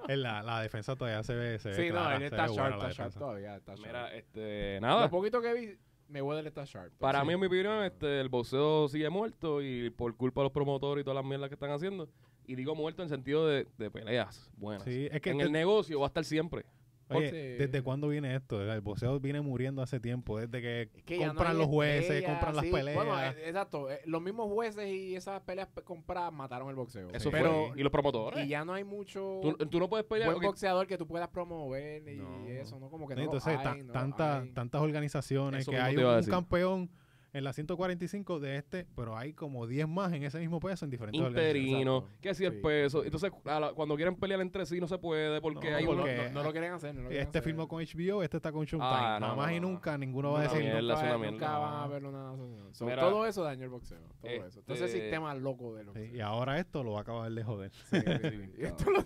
Speaker 3: En la, la defensa todavía se ve. Se ve
Speaker 1: sí, no,
Speaker 3: clara,
Speaker 1: él
Speaker 3: se
Speaker 1: está
Speaker 3: ve buena
Speaker 1: sharp,
Speaker 3: la
Speaker 1: está sharp
Speaker 3: defensa.
Speaker 1: todavía. Está sharp.
Speaker 2: Mira, este,
Speaker 1: Lo
Speaker 3: Ah.
Speaker 2: nada.
Speaker 1: poquito que vi, me voy del está sharp.
Speaker 2: Para
Speaker 1: Sí.
Speaker 2: mí, en mi opinión, este, el boxeo sigue muerto y por culpa de los promotores y todas las mierdas que están haciendo. Y digo muerto en sentido de, de peleas buenas.
Speaker 3: Sí, es que
Speaker 2: en
Speaker 3: te-
Speaker 2: el negocio va a estar siempre.
Speaker 3: oye,
Speaker 1: Sí.
Speaker 3: ¿desde cuándo viene esto? El boxeo viene muriendo hace tiempo. Desde que,
Speaker 1: Es que ya no
Speaker 3: compran
Speaker 1: hay
Speaker 3: los jueces,
Speaker 1: estrellas,
Speaker 3: compran las
Speaker 1: sí.
Speaker 3: peleas.
Speaker 1: Bueno, eh, exacto. eh, los mismos jueces y esas peleas pe- compradas mataron el boxeo.
Speaker 2: Eso
Speaker 1: Pero,
Speaker 2: fue. Y los promotores.
Speaker 1: Y ya no hay mucho
Speaker 2: tú, tú no puedes pelear.
Speaker 1: buen
Speaker 2: ok,
Speaker 1: boxeador que tú puedas promover y
Speaker 3: No.
Speaker 1: eso, ¿no? Como que
Speaker 3: No,
Speaker 1: no lo
Speaker 3: entonces,
Speaker 1: hay,
Speaker 3: ta-
Speaker 1: no lo
Speaker 3: tanta-
Speaker 1: hay.
Speaker 3: tantas organizaciones
Speaker 2: Eso
Speaker 3: que
Speaker 2: mismo
Speaker 3: hay
Speaker 2: te iba a
Speaker 3: un,
Speaker 2: decir.
Speaker 3: campeón en la 145 de este, pero hay como 10 más en ese mismo peso en diferentes organizaciones.
Speaker 2: interino,
Speaker 1: Exacto.
Speaker 2: que si el
Speaker 1: Sí.
Speaker 2: peso. Entonces, a la- cuando quieren pelear entre sí, no se puede porque
Speaker 3: No,
Speaker 2: hay uno.
Speaker 1: no, no-
Speaker 3: porque-
Speaker 1: no lo quieren hacer, no lo quieren
Speaker 3: Este
Speaker 1: hacer.
Speaker 3: firmó con HBO, este está con Showtime.
Speaker 2: Ah,
Speaker 3: Nada
Speaker 2: no,
Speaker 3: más
Speaker 2: no,
Speaker 3: y
Speaker 2: no.
Speaker 3: nunca ninguno va a
Speaker 2: No,
Speaker 3: decir
Speaker 2: mierda,
Speaker 3: no.
Speaker 1: nunca,
Speaker 2: es una
Speaker 1: nunca
Speaker 2: mierda.
Speaker 1: van a verlo nada asociado. So,
Speaker 2: Mira,
Speaker 1: todo eso dañó el boxeo. Todo
Speaker 2: este-
Speaker 1: eso. Entonces, el sistema loco del
Speaker 3: Sí,
Speaker 1: boxeo.
Speaker 3: y ahora esto lo va a acabar de joder.
Speaker 1: Sí, sí, sí. Y esto lo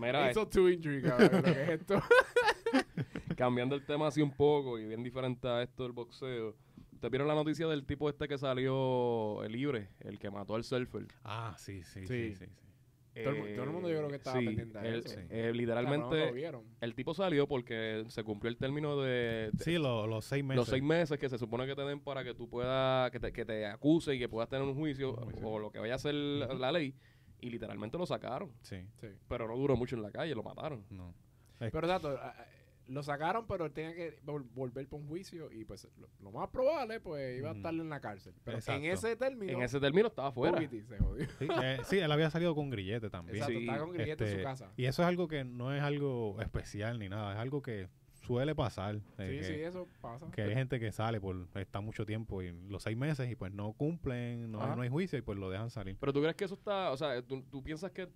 Speaker 2: Mira,
Speaker 1: hizo two injury, cabrón. lo que es esto.
Speaker 2: eh, cambiando el tema así un poco y bien diferente a esto del boxeo. ¿Te vieron la noticia del tipo este que salió eh, libre, el que mató al surfer?
Speaker 3: Ah, sí, sí,
Speaker 1: Sí.
Speaker 3: sí. sí,
Speaker 1: Todo el mu- todo el mundo yo creo que estaba
Speaker 2: sí,
Speaker 1: pendiente a
Speaker 2: él-
Speaker 1: eso.
Speaker 2: eh,
Speaker 3: Sí.
Speaker 2: eh,
Speaker 1: Cabrón, no lo
Speaker 2: literalmente,
Speaker 1: vieron.
Speaker 2: el tipo salió porque se cumplió el término de, de
Speaker 3: Sí, lo- los seis meses.
Speaker 2: los seis meses que se supone que te den para que tú puedas, que te, que te acuse y que puedas tener un juicio
Speaker 3: Un juicio.
Speaker 2: o lo que vaya a ser la, la ley. Y literalmente lo sacaron.
Speaker 3: Sí,
Speaker 1: Sí.
Speaker 2: Pero no duró mucho en la calle, lo mataron.
Speaker 3: no.
Speaker 1: Pero exacto, a- a- lo sacaron, pero él tenía que vol- volver por un juicio y pues lo, lo más probable, pues iba a
Speaker 3: Ujú.
Speaker 1: estar en la cárcel. Pero en
Speaker 3: Exacto.
Speaker 1: ese término,
Speaker 2: En ese término estaba fuera.
Speaker 1: Bukiti se jodió.
Speaker 3: Sí, eh, sí, él había salido con grillete también.
Speaker 1: Exacto,
Speaker 2: Sí,
Speaker 1: estaba con grillete en
Speaker 3: Este,
Speaker 1: su casa.
Speaker 3: Y eso es algo que no es algo especial ni nada, es algo que suele pasar. eh,
Speaker 1: Sí,
Speaker 3: que-
Speaker 1: sí, eso pasa.
Speaker 3: que hay gente que sale por está mucho tiempo y los seis meses y pues no cumplen no,
Speaker 2: Ajá.
Speaker 3: hay- no hay juicio y pues lo dejan salir
Speaker 2: Pero tú crees que eso está, o sea, tú, tú piensas que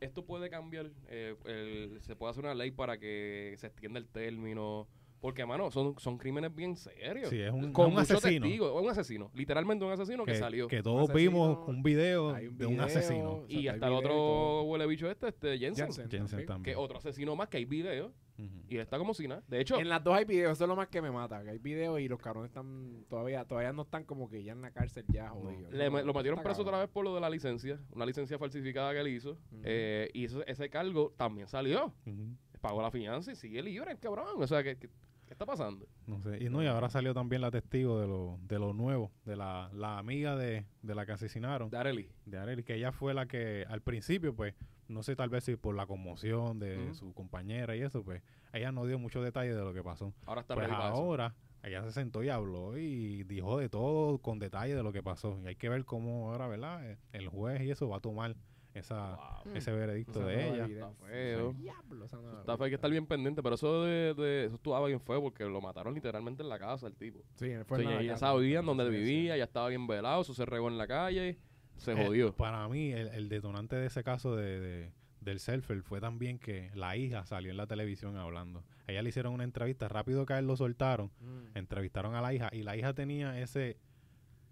Speaker 2: esto puede cambiar, Eh, el- se puede hacer una ley para que se extienda el término. Porque, mano, son, son crímenes bien serios.
Speaker 3: Sí, es un-
Speaker 2: Con
Speaker 3: es un
Speaker 2: muchos
Speaker 3: asesino.
Speaker 2: testigos, es un asesino. Literalmente un asesino que, salió.
Speaker 3: todos
Speaker 1: asesino,
Speaker 3: vimos un video
Speaker 1: Hay
Speaker 3: de un
Speaker 1: video,
Speaker 3: asesino
Speaker 1: o sea,
Speaker 2: y
Speaker 1: hay
Speaker 2: hasta el
Speaker 1: video y todo.
Speaker 2: otro huele bicho este, este Jensen,
Speaker 1: Jensen
Speaker 3: Jensen
Speaker 1: también.
Speaker 2: que
Speaker 3: también
Speaker 2: otro asesino más que hay video
Speaker 3: Ujú.
Speaker 2: y él está como si nada. De hecho,
Speaker 1: En las dos hay videos, eso es lo más que me mata, que hay videos y los cabrones están todavía, todavía no están como que ya en la cárcel ya jodidos.
Speaker 2: le me- lo metieron
Speaker 1: Está
Speaker 2: preso otra
Speaker 1: cabrón.
Speaker 2: vez por lo de la licencia, una licencia falsificada que él hizo.
Speaker 1: Ujú.
Speaker 2: eh, y eso- ese cargo también salió.
Speaker 3: Ujú.
Speaker 2: Pagó la fianza y sigue libre el cabrón. O sea, ¿qué, qué, qué está pasando?
Speaker 3: no sé y no y ahora salió también la testigo de lo de lo nuevo de la, la amiga de, de la que asesinaron
Speaker 2: Darely.
Speaker 3: de Arely que ella fue la que al principio pues no sé tal vez si por la conmoción de
Speaker 2: Ujú.
Speaker 3: su compañera y eso pues ella no dio muchos detalles de lo que pasó
Speaker 2: Ahora está
Speaker 3: pues
Speaker 2: ready para eso.
Speaker 3: ahora Ella se sentó y habló y dijo de todo con detalle de lo que pasó. Y hay que ver cómo ahora, ¿verdad? Eh, El juez y eso va a tomar esa,
Speaker 1: Wow.
Speaker 3: ese veredicto
Speaker 1: Esa
Speaker 3: de
Speaker 1: nueva
Speaker 3: ella.
Speaker 1: evidencia.
Speaker 2: Está feo.
Speaker 1: Diablo, esa nueva
Speaker 2: Está- hay que estar bien pendiente, pero eso de, de- eso estuvo bien feo porque lo mataron literalmente en la casa el tipo.
Speaker 1: Sí,
Speaker 2: O
Speaker 1: fue
Speaker 2: sea,
Speaker 1: en la
Speaker 2: ya- ya
Speaker 1: casa.
Speaker 2: sabían dónde
Speaker 1: Sí, sí.
Speaker 2: vivía, ya estaba bien velado, eso se regó en la calle, se
Speaker 3: Eh,
Speaker 2: jodió.
Speaker 3: para mí, el, el detonante de ese caso de, de- del selfer fue también que la hija salió en la televisión hablando. A ella le hicieron una entrevista, rápido que a él lo soltaron,
Speaker 1: Mm.
Speaker 3: entrevistaron a la hija y la hija tenía ese...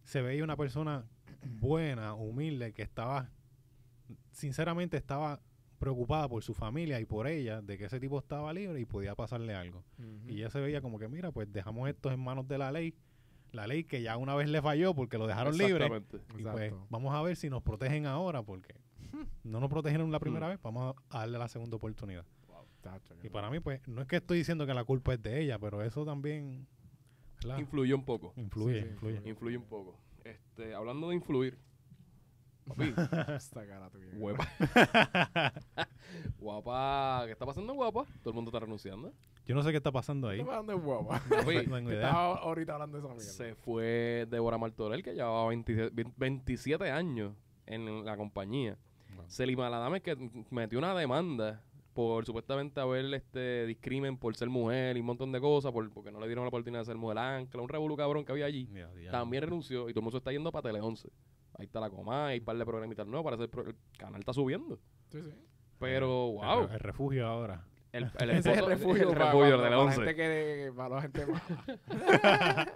Speaker 3: Se veía una persona buena, humilde, que estaba, sinceramente estaba preocupada por su familia y por ella, de que ese tipo estaba libre y podía pasarle algo.
Speaker 1: Ujú.
Speaker 3: Y ella se veía como que, mira, pues dejamos esto en manos de la ley, la ley que ya una vez le falló porque lo dejaron libre.
Speaker 2: Exactamente.
Speaker 3: Y pues
Speaker 1: Exacto.
Speaker 3: vamos a ver si nos protegen ahora, porque no nos protegieron la primera
Speaker 2: Hmm.
Speaker 3: vez, vamos a darle la segunda oportunidad.
Speaker 1: Tacho, que
Speaker 3: Y
Speaker 1: no.
Speaker 3: para mí, pues, no es que estoy diciendo que la culpa es de ella, pero eso también ¿verdad?
Speaker 2: Influyó un poco.
Speaker 3: influye,
Speaker 1: Sí, sí,
Speaker 3: influye.
Speaker 1: influye.
Speaker 2: Influye un poco. Este, hablando de influir. Papi,
Speaker 1: Esta cara tuya.
Speaker 2: guapa. guapa. ¿Qué está pasando, guapa? Todo el mundo está renunciando.
Speaker 3: Yo no sé qué está pasando ahí.
Speaker 1: Estamos hablando de guapa.
Speaker 2: Papi,
Speaker 3: No tengo idea.
Speaker 1: Estaba ahorita hablando de esa mierda.
Speaker 2: se fue Débora Martorell, que llevaba 27, 27 años en la compañía.
Speaker 3: Wow.
Speaker 2: Selima Ladame que metió una demanda por supuestamente haber este discrimen por ser mujer y un montón de cosas, por, porque no le dieron la oportunidad de ser mujer Ah, ancla, un revolú cabrón que había allí.
Speaker 3: Ya, ya.
Speaker 2: También renunció y todo el mundo se está yendo para Tele 11. Ahí está la coma, hay un par de programitas nuevos, parece el, pro- el canal está subiendo.
Speaker 1: Sí, sí.
Speaker 2: Pero,
Speaker 3: El-
Speaker 2: wow,
Speaker 3: El, refugio ahora.
Speaker 2: el, el
Speaker 1: Ese es
Speaker 2: esposo-
Speaker 1: el refugio,
Speaker 2: el
Speaker 1: para,
Speaker 2: refugio de
Speaker 1: para
Speaker 2: Tele
Speaker 1: la
Speaker 2: 11.
Speaker 1: gente que, para la gente mala.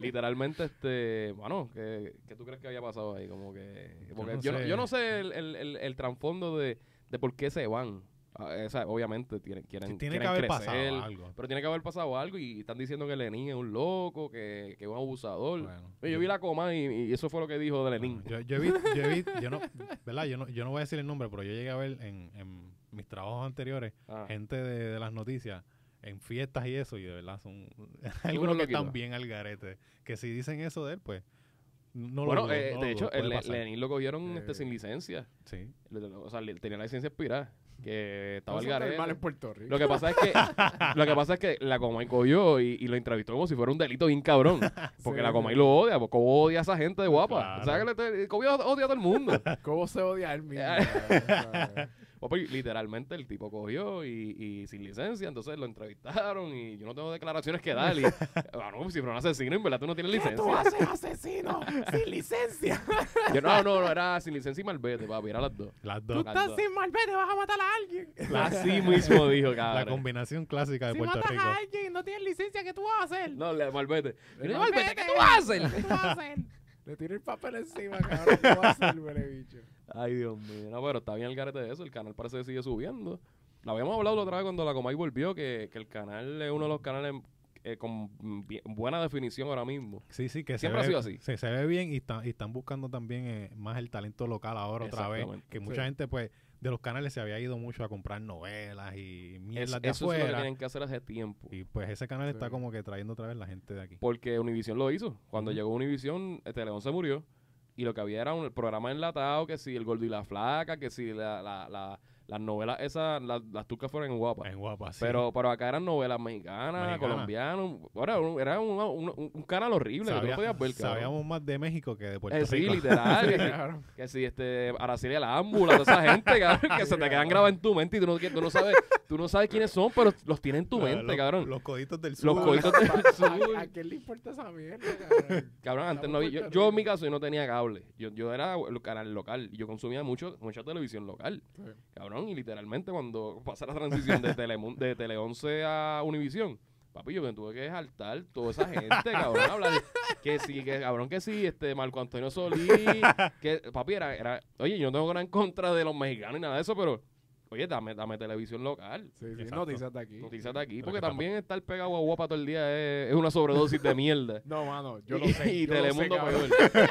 Speaker 2: Literalmente, este, bueno, ¿qué, qué tú crees que había pasado ahí? Como que, porque
Speaker 3: no
Speaker 2: yo, no,
Speaker 3: sé.
Speaker 2: yo no sé el, el, el, el trasfondo de, de por qué se van. Ah, eh, o sea, obviamente tienen, quieren,
Speaker 3: Sí, tiene
Speaker 2: quieren
Speaker 3: que haber
Speaker 2: crecer,
Speaker 3: pasado algo.
Speaker 2: pero tiene que haber pasado algo y están diciendo que Lenin es un loco, que, que es un abusador.
Speaker 3: Bueno,
Speaker 2: Oye, yo vi la coma y, y eso fue lo que dijo de Lenin.
Speaker 3: yo, yo he visto, yo he visto- yo no, ¿verdad? Yo no, yo no voy a decir el nombre, pero yo llegué a ver en, en mis trabajos anteriores
Speaker 2: Ah.
Speaker 3: gente de, de las noticias en fiestas y eso, y de verdad son algunos
Speaker 2: unos
Speaker 3: que están
Speaker 2: loquitos.
Speaker 3: bien al garete. Que si dicen eso de él, pues no
Speaker 2: bueno,
Speaker 3: lo dudo,
Speaker 2: eh,
Speaker 3: no
Speaker 2: de
Speaker 3: lo
Speaker 2: hecho,
Speaker 3: dudo, puede
Speaker 2: el-
Speaker 3: pasar.
Speaker 2: Lenin lo cogieron
Speaker 1: Eh.
Speaker 2: este, sin licencia.
Speaker 3: Sí.
Speaker 2: Le- le- O sea, le- tenía la licencia expirada. Que estaba
Speaker 1: Estamos
Speaker 2: el
Speaker 1: hablando del
Speaker 2: garete.
Speaker 1: mal en Puerto Rico.
Speaker 2: Lo que pasa es que lo que pasa es que la Comay cogió y, y lo entrevistó como si fuera un delito bien cabrón. Porque
Speaker 1: Sí,
Speaker 2: la
Speaker 1: sí.
Speaker 2: Comay lo odia, porque odia a esa gente de guapa.
Speaker 3: Claro.
Speaker 2: O sea, que le te- Comay odia a todo el mundo.
Speaker 1: ¿Cómo se odia el mismo?
Speaker 2: Ah.
Speaker 1: cabrón?
Speaker 2: Papi, pues, literalmente el tipo cogió y, y sin licencia, entonces lo entrevistaron y yo no tengo declaraciones que dar. Y, ah, no, si fuera un asesino, en verdad tú no tienes
Speaker 1: ¿Qué tú
Speaker 2: licencia.
Speaker 1: haces, asesino? Sin licencia.
Speaker 2: Yo, no, no, no, era sin licencia y malvete, papi, era las dos.
Speaker 3: Las
Speaker 1: Tú
Speaker 3: dos.
Speaker 1: estás sin malvete, vas a matar a alguien.
Speaker 2: Así mismo dijo,
Speaker 3: La
Speaker 2: cabrón.
Speaker 3: combinación clásica de
Speaker 1: Si
Speaker 3: Puerto
Speaker 1: matas
Speaker 3: Rico.
Speaker 1: a alguien y no tienes licencia, ¿qué tú vas a hacer?
Speaker 2: No, le- malvete.
Speaker 1: Le-
Speaker 2: Yo, Malvete, ¿qué tú
Speaker 1: malvete,
Speaker 2: haces?
Speaker 1: ¿Qué tú vas a hacer? Le tiro el papel encima, cabrón. ¿Qué vas a hacer, huele bicho?
Speaker 2: Ay, Dios mío. No, pero está bien el garete de eso. El canal parece que sigue subiendo. Lo habíamos hablado la otra vez cuando la Comay volvió, que, que el canal es uno de los canales eh, con bien- buena definición ahora mismo.
Speaker 3: Sí, sí, que
Speaker 2: Siempre ha
Speaker 3: se ve,
Speaker 2: sido así.
Speaker 3: Se, se ve bien y, está- y están buscando también eh, más el talento local ahora otra vez.
Speaker 2: Exactamente.
Speaker 3: Que mucha
Speaker 1: Sí.
Speaker 3: gente, pues, de los canales se había ido mucho a comprar novelas y
Speaker 2: Es-
Speaker 3: mierdas de
Speaker 2: eso es lo que
Speaker 3: afuera.
Speaker 2: tienen que hacer hace tiempo.
Speaker 3: y pues ese canal está
Speaker 1: Sí.
Speaker 3: como que trayendo otra vez la gente de aquí.
Speaker 2: Porque Univision lo hizo. Cuando
Speaker 3: Ujú.
Speaker 2: llegó Univision, eh, Teleón se murió. Y lo que había era un programa enlatado, que si el gordo y la flaca, que si la, la- la- las novelas esas, las, las turcas fueron guapas.
Speaker 3: En guapa, Eh, sí.
Speaker 2: Pero, pero acá eran novelas mexicanas,
Speaker 3: Mexicana.
Speaker 2: colombianas. Ahora, un- era un, un- un canal horrible que tú
Speaker 3: Sabía-
Speaker 2: no podías ver, cabrón.
Speaker 3: sabíamos más de México que de Puerto
Speaker 2: Eh, sí,
Speaker 3: Rico.
Speaker 2: literal. que, si-
Speaker 1: Cabrón.
Speaker 2: que si este Araceli Alámbula, toda esa gente, cabrón, que se te quedan grabadas en tu mente y tú no, qui- tú no sabes, tú no sabes quiénes son, pero los tienes en tu
Speaker 3: Lo-
Speaker 2: mente,
Speaker 3: lo-
Speaker 2: cabrón.
Speaker 3: Los coditos del sur.
Speaker 2: Los coditos de-
Speaker 1: ¿A, a quién le importa esa mierda, cabrón?
Speaker 2: Cabrón, antes no había- yo,
Speaker 1: Puerto
Speaker 2: yo en
Speaker 1: Rico.
Speaker 2: mi caso yo no tenía cable. Yo, yo era el canal local. Yo consumía mucho, mucha televisión local.
Speaker 1: Sí.
Speaker 2: Cabrón, y literalmente cuando pasa la transición de Telemundo, de Tele 11 a Univisión, papi, yo me tuve que saltar toda esa gente, cabrón, hablar que sí, que cabrón que sí, este Marco Antonio Solís, que papi era, era, oye, yo no tengo nada en contra de los mexicanos y nada de eso, pero oye, dame, dame televisión local.
Speaker 1: Sí, sí,
Speaker 3: Exacto.
Speaker 1: noticias de aquí.
Speaker 2: Noticias de aquí,
Speaker 3: Pero
Speaker 2: porque
Speaker 3: que está-
Speaker 2: también estar pegado a guapa todo el día es, es una sobredosis de mierda.
Speaker 1: No, mano, yo
Speaker 2: y,
Speaker 1: lo sé.
Speaker 2: y
Speaker 1: yo lo sé,
Speaker 2: Telemundo
Speaker 1: cabrón.
Speaker 2: peor.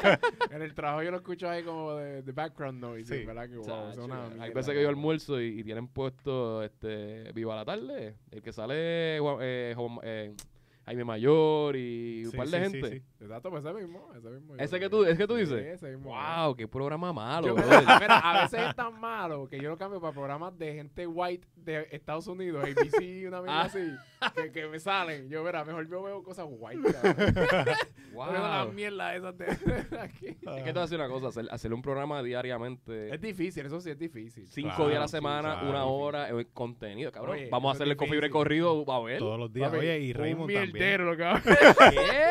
Speaker 1: En el trabajo yo lo escucho ahí como de, de background noise.
Speaker 3: Sí.
Speaker 1: y ¿verdad? Que, wow, eso
Speaker 2: Chacho,
Speaker 1: es una
Speaker 2: hay
Speaker 1: mierda,
Speaker 2: veces que yo
Speaker 1: cabrón.
Speaker 2: almuerzo y, y tienen puesto este Viva la tarde, el que sale Juan- eh, Juan- eh, Jaime Mayor y un
Speaker 3: Sí,
Speaker 2: par de
Speaker 3: sí, sí,
Speaker 2: gente.
Speaker 3: sí.
Speaker 1: Exacto, pues ese mismo. Ese mismo. yo
Speaker 2: ¿Ese
Speaker 1: creo
Speaker 2: que tú, es que tú
Speaker 1: Sí,
Speaker 2: dices?
Speaker 1: ese mismo.
Speaker 2: ¡Wow! ¡Qué programa malo,
Speaker 1: Yo-
Speaker 2: brother!
Speaker 1: Mira, a veces es tan malo que yo lo cambio para programas de gente white de Estados Unidos, ABC, una mierda
Speaker 2: Ah.
Speaker 1: así, que, que me salen. Yo, mira, mejor yo veo cosas white. cabrón. No veo las
Speaker 2: ¡Wow!
Speaker 1: mierdas esas de, de aquí.
Speaker 3: Ah,
Speaker 2: Es que te voy a decir una cosa, hacer, hacer un programa diariamente,
Speaker 1: Es difícil, eso sí es difícil.
Speaker 2: cinco
Speaker 3: Claro,
Speaker 2: días a la
Speaker 3: sí,
Speaker 2: semana,
Speaker 3: claro.
Speaker 2: una hora, eh, contenido, cabrón.
Speaker 1: Oye,
Speaker 2: Vamos a
Speaker 1: eso es
Speaker 2: hacerle el cofibre
Speaker 1: difícil.
Speaker 2: corrido, va a ver.
Speaker 3: Todos los días.
Speaker 1: Papi,
Speaker 3: Oye, y Raymond
Speaker 1: un
Speaker 3: también.
Speaker 1: mierdero, cabrón.
Speaker 2: ¿Qué?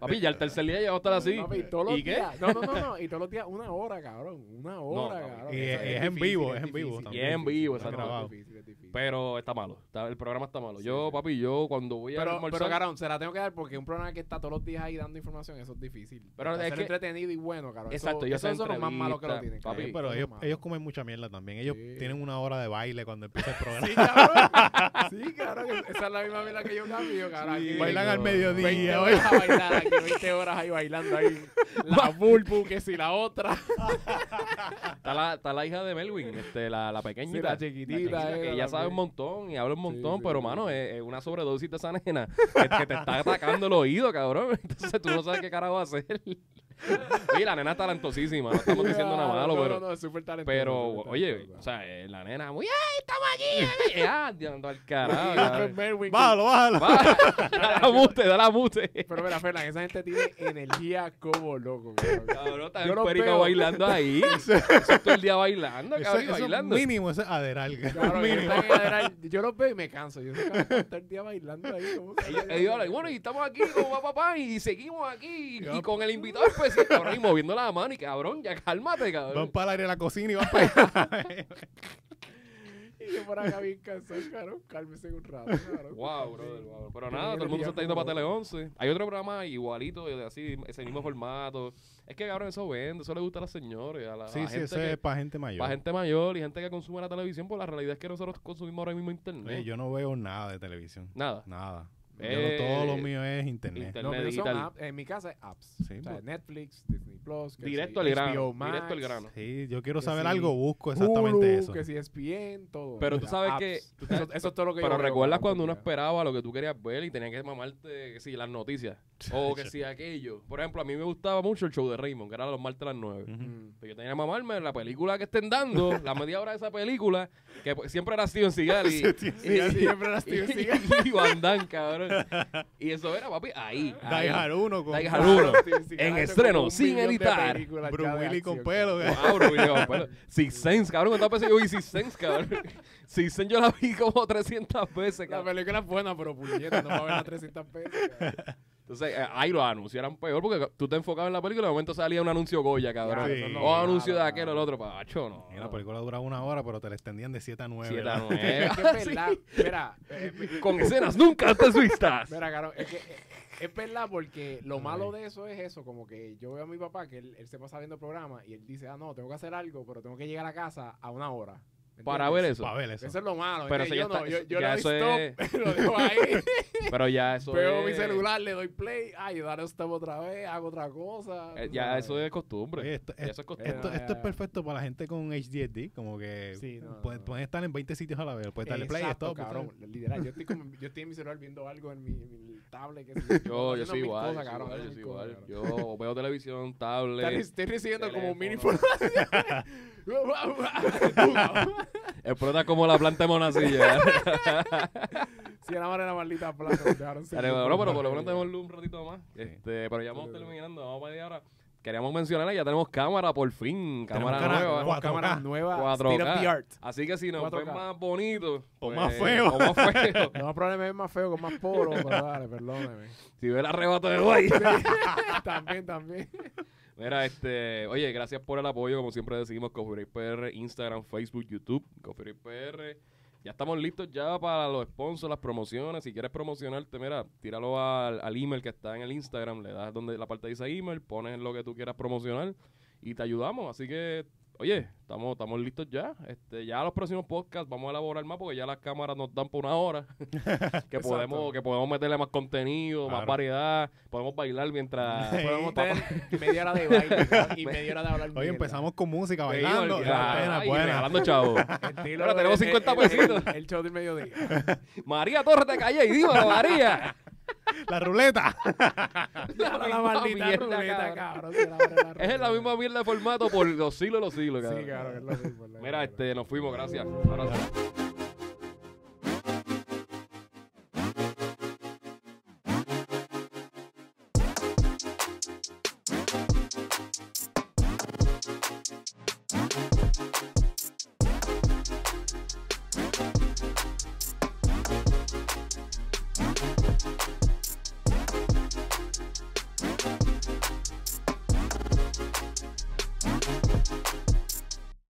Speaker 2: Papi, ya el tercer día ya va a estar así.
Speaker 1: Papi, todos los
Speaker 2: ¿Y qué?
Speaker 1: días- No, no, no, no, Y todos los días, una hora, cabrón. Una hora,
Speaker 2: papi.
Speaker 1: cabrón.
Speaker 3: Y
Speaker 1: Eso
Speaker 3: es- es en vivo, es en
Speaker 1: difícil,
Speaker 3: vivo
Speaker 1: difícil.
Speaker 2: Y es en vivo,
Speaker 1: Está
Speaker 2: exacto.
Speaker 1: grabado. Es difícil, es difícil.
Speaker 2: Pero está malo, está- el programa está malo.
Speaker 1: Sí,
Speaker 2: Yo,
Speaker 1: sí.
Speaker 2: papi, yo cuando voy a
Speaker 1: Pero,
Speaker 2: almorzar...
Speaker 1: pero cabrón, se la tengo que dar porque un programa que está todos los días ahí dando información, eso es difícil.
Speaker 2: Pero
Speaker 1: Hasta
Speaker 2: es
Speaker 1: ser
Speaker 2: que-
Speaker 1: entretenido y bueno, cabrón. Eso-
Speaker 2: Exacto, y
Speaker 1: eso,
Speaker 2: hacen
Speaker 1: eso es lo más malo que lo tienen.
Speaker 2: entrevistas,
Speaker 1: cabrón.
Speaker 2: papi.
Speaker 3: Sí,
Speaker 1: Eso
Speaker 3: pero
Speaker 1: es lo
Speaker 3: ellos,
Speaker 1: malo.
Speaker 3: ellos comen mucha mierda también. Ellos
Speaker 1: Sí.
Speaker 3: tienen una hora de baile cuando empieza el
Speaker 1: Sí,
Speaker 3: programa.
Speaker 1: cabrón. Sí, cabrón. Esa es la misma mierda que yo cambio, cabrón.
Speaker 3: Sí,
Speaker 1: Aquí,
Speaker 3: Bailan al
Speaker 2: no.
Speaker 1: veinte
Speaker 3: mediodía.
Speaker 1: horas a bailar aquí, 20 horas ahí bailando ahí. La bulbu, que si la otra.
Speaker 2: Está la, está la hija de Melwin, este, la, la pequeñita.
Speaker 1: Sí, la chiquitita, eh,
Speaker 2: que
Speaker 1: la
Speaker 2: ya sabe un
Speaker 1: pequeña.
Speaker 2: montón y habla un montón,
Speaker 1: sí,
Speaker 2: pero,
Speaker 1: sí.
Speaker 2: mano, es, es una sobredosis de esa nena que, que te está atacando el oído, cabrón. Entonces tú no sabes qué carajo hacer. Oye, la nena es talentosísima, no estamos diciendo nada malo,
Speaker 1: No,
Speaker 2: pero...
Speaker 1: no, no, es súper talentoso.
Speaker 2: Pero,
Speaker 1: súper
Speaker 2: oye,
Speaker 1: talentoso,
Speaker 2: o sea, eh, la nena, muy, ¡ay, estamos aquí! eh, ¡Ah, diando al carajo!
Speaker 1: cabrón. Y
Speaker 2: cabrón.
Speaker 1: Fred Merwin, que-
Speaker 3: Bájalo, bájalo.
Speaker 2: Va, dale a mute, dale a mute.
Speaker 1: Pero mira, Fernan, esa gente tiene energía como loco, cabrón.
Speaker 2: Cabrón, está
Speaker 1: Yo
Speaker 2: el
Speaker 1: lo
Speaker 2: perico
Speaker 1: veo.
Speaker 2: bailando ahí. Eso es todo el día bailando,
Speaker 3: Eso-
Speaker 2: cabrón, y
Speaker 3: eso es
Speaker 2: bailando.
Speaker 3: mínimo, eso es aderal.
Speaker 1: Claro, ellos
Speaker 3: mínimo.
Speaker 1: están en general, yo los veo y me canso. Yo sé que todo el día bailando ahí. como que-
Speaker 2: Ellos, ellos hablan, bueno, y estamos aquí con papá, papá, y seguimos aquí. Y, y con el invitado especial, cabrón, y moviendo la mano, y cabrón, ya cálmate,
Speaker 3: Van
Speaker 2: cabrón.
Speaker 3: para el área de la cocina y van para allá.
Speaker 1: Y yo por acá bien cansado, cabrón. Cálmese un rato, cabrón.
Speaker 2: Wow, brother, wow. Pero
Speaker 1: Tienen
Speaker 2: nada, todo el
Speaker 1: energía
Speaker 2: mundo se está yendo para
Speaker 1: como
Speaker 2: Tele 11. Hay otro programa igualito, de así, ese mismo formato. Es que, cabrón, eso vende, eso le gusta a las señores, a la, a
Speaker 3: Sí,
Speaker 2: la
Speaker 3: sí,
Speaker 2: gente
Speaker 3: eso
Speaker 2: que-
Speaker 3: es para gente mayor.
Speaker 2: Para gente mayor y gente que consume la televisión, pues la realidad es que nosotros consumimos ahora mismo internet.
Speaker 3: Oye, yo no veo nada de televisión.
Speaker 2: Nada.
Speaker 3: Nada. Yo-
Speaker 2: Eh,
Speaker 3: todo lo mío es internet.
Speaker 2: internet.
Speaker 1: No, pero son
Speaker 2: digital.
Speaker 1: apps. En mi casa es apps.
Speaker 3: Sí,
Speaker 1: o sea,
Speaker 3: pues.
Speaker 1: Netflix, Disney Plus. que
Speaker 2: Directo
Speaker 1: si
Speaker 2: al grano.
Speaker 1: HBO Max,
Speaker 2: directo al grano.
Speaker 3: Sí, yo quiero
Speaker 1: Que
Speaker 3: saber
Speaker 1: sí.
Speaker 3: algo, busco Pues exactamente
Speaker 1: Hulu,
Speaker 3: eso.
Speaker 1: Que si E ESPN, todo.
Speaker 2: Pero tú
Speaker 1: O sea,
Speaker 2: sabes
Speaker 1: apps.
Speaker 2: que- tú
Speaker 1: Eso, eso es todo lo que yo
Speaker 2: Pero
Speaker 1: veo,
Speaker 2: recuerdas
Speaker 1: cabrón,
Speaker 2: cuando uno
Speaker 1: porque-
Speaker 2: esperaba lo que tú querías ver y tenías que mamarte, que sí, las noticias. O que sí, aquello. Por ejemplo, a mí me gustaba mucho el show de Raymond, que era los martes a las 9.
Speaker 3: Ujú.
Speaker 1: Mm.
Speaker 2: Pero yo tenía que mamarme la película que estén dando, la media hora de esa película, que pues, siempre era Steven Seagal y,
Speaker 1: Sí,
Speaker 2: y-
Speaker 1: siempre las tías siguen.
Speaker 2: y Van Damme, cabrón. Y eso era, papi, ahí. ahí.
Speaker 3: Die Hard 1 con
Speaker 2: Die Hard uno.
Speaker 1: Steven Seagal
Speaker 2: En
Speaker 1: hace
Speaker 2: estreno,
Speaker 1: como un
Speaker 2: sin
Speaker 1: millón de
Speaker 2: editar.
Speaker 1: películas ya
Speaker 3: Bruce
Speaker 1: de
Speaker 3: Willis con
Speaker 1: acción,
Speaker 3: pelo.
Speaker 1: cabrón.
Speaker 3: güey.
Speaker 2: Wow, bro, yo, pero Six Sense, cabrón. ¿Cuántas veces yo vi Six Sense, cabrón? Six Sense yo la vi como 300 veces,
Speaker 1: La
Speaker 2: cabrón.
Speaker 1: película es buena, pero puñeta, no va a ver las 300 pesos. cabrón.
Speaker 2: Entonces, eh, ahí los anuncios eran peor porque tú te enfocabas en la película y de momento salía un anuncio Goya, cabrón.
Speaker 3: Ya, eso es lo
Speaker 2: O
Speaker 1: malo,
Speaker 2: anuncio de
Speaker 1: cabrón.
Speaker 2: aquel o el otro. Pacho, no.
Speaker 3: Y la película duraba una hora, pero te la extendían de 7 a 9.
Speaker 2: Siete a nueve.
Speaker 1: Es que es verdad. Mira, eh,
Speaker 2: Con escenas nunca antes vistas.
Speaker 1: Mira, cabrón, es que es- es verdad porque lo
Speaker 3: Ay.
Speaker 1: malo de eso es eso, como que yo veo a mi papá que él, él se pasa viendo programas y él dice, ah, no, tengo que hacer algo, pero tengo que llegar a casa a una hora. ¿me
Speaker 2: Para ver
Speaker 1: entiendes?
Speaker 2: eso.
Speaker 3: Para ver eso.
Speaker 1: Eso es lo malo. Pero
Speaker 2: Pero eso
Speaker 1: yo
Speaker 2: ya
Speaker 1: no,
Speaker 2: está-
Speaker 1: yo, yo
Speaker 2: ya
Speaker 1: le doy
Speaker 2: eso
Speaker 1: stop, lo dejo ahí,
Speaker 2: Pero ya eso
Speaker 1: veo
Speaker 2: es...
Speaker 1: mi celular, le doy play, ay, yo daré stop otra vez, hago otra cosa.
Speaker 2: eh,
Speaker 1: tú
Speaker 2: Ya
Speaker 1: sabes.
Speaker 2: eso es
Speaker 3: Oye,
Speaker 1: Eh,
Speaker 2: costumbre.
Speaker 3: esto,
Speaker 2: Ya eso es
Speaker 3: esto-
Speaker 1: Era-
Speaker 2: costumbre.
Speaker 3: esto- esto es perfecto para la gente con HDD, como que
Speaker 1: Sí, no,
Speaker 3: puede-
Speaker 1: no.
Speaker 3: pueden estar en 20 sitios a la vez, puedes darle Pues play,
Speaker 1: Exacto,
Speaker 3: stop,
Speaker 1: cabrón, literal, yo estoy, como- yo estoy en mi celular viendo algo en mi, en mi tablet. Que sé
Speaker 2: Yo, yo
Speaker 1: eh, haciendo
Speaker 2: soy
Speaker 1: mil
Speaker 2: igual,
Speaker 1: cosas,
Speaker 2: yo soy
Speaker 1: cabrón,
Speaker 2: igual, yo
Speaker 1: haciendo
Speaker 2: soy
Speaker 1: mil cosas,
Speaker 2: igual.
Speaker 1: cabrón.
Speaker 2: Yo veo televisión,
Speaker 1: Estoy,
Speaker 2: tablet,
Speaker 1: estoy recibiendo como mini
Speaker 2: teléfono.
Speaker 1: información.
Speaker 2: explota como la planta de Monacilla.
Speaker 1: Si era la maldita plata, nos dejaron sin
Speaker 2: Dale,
Speaker 1: luz,
Speaker 2: bueno, pero por lo
Speaker 1: madre
Speaker 2: menos
Speaker 1: mía.
Speaker 2: tenemos luz un ratito más.
Speaker 3: Sí.
Speaker 2: Este, pero ya vamos
Speaker 1: Dale, dale.
Speaker 2: terminando, vamos para allá ahora. Queríamos mencionar, ya tenemos cámara por fin,
Speaker 3: Tenemos
Speaker 2: cámara
Speaker 3: cámara,
Speaker 2: nueva.
Speaker 1: Tenemos
Speaker 3: 4K,
Speaker 1: cámaras nuevas,
Speaker 2: 4K.
Speaker 1: state of the art.
Speaker 2: Así que si nos
Speaker 1: 4K.
Speaker 2: ven más bonitos
Speaker 3: O más feo.
Speaker 2: O más feo.
Speaker 1: No, probablemente es más feo, con más poro, pero dale, perdóneme.
Speaker 2: si ve el arrebato de guay.
Speaker 1: también, también.
Speaker 2: Mira, este, oye, gracias por el apoyo, como siempre decimos, Coffee Break PR, Instagram, Facebook, YouTube, Coffee Break PR. Ya estamos listos ya para los sponsors, las promociones. Si quieres promocionarte, mira, tíralo al, al email que está en el Instagram, le das donde la parte dice email, pones lo que tú quieras promocionar y te ayudamos. Así que, oye, estamos, estamos listos ya. Este, ya los próximos podcasts vamos a elaborar más porque ya las cámaras nos dan por una hora. que
Speaker 1: Exacto.
Speaker 2: podemos, que podemos meterle más contenido, más
Speaker 3: Claro.
Speaker 2: variedad, podemos bailar mientras
Speaker 1: Podemos tener media hora de baile ¿no? y media hora de hablar.
Speaker 3: Oye,
Speaker 1: mierda.
Speaker 3: empezamos con música,
Speaker 1: Sí,
Speaker 3: bailando.
Speaker 1: porque-
Speaker 3: la
Speaker 1: Ay,
Speaker 3: pena,
Speaker 2: Claro, y
Speaker 3: buena.
Speaker 2: regalando chavo.
Speaker 1: Estilo
Speaker 2: Ahora tenemos
Speaker 1: el-
Speaker 2: 50
Speaker 1: el- el-
Speaker 2: pesitos.
Speaker 1: El show del mediodía.
Speaker 2: María Torres de Calle y dímelo, María.
Speaker 3: la ruleta.
Speaker 2: la
Speaker 4: la
Speaker 2: misma
Speaker 4: maldita
Speaker 2: mierda,
Speaker 4: ruleta, cabrón.
Speaker 2: cabrón.
Speaker 4: se la abre la
Speaker 2: Es
Speaker 4: ruleta.
Speaker 2: la misma mierda de formato por los siglos y los siglos,
Speaker 1: Sí,
Speaker 2: cabrón.
Speaker 1: claro, es lo mismo, es lo
Speaker 2: Mira,
Speaker 1: mismo.
Speaker 2: este, nos fuimos, gracias. Abrazo.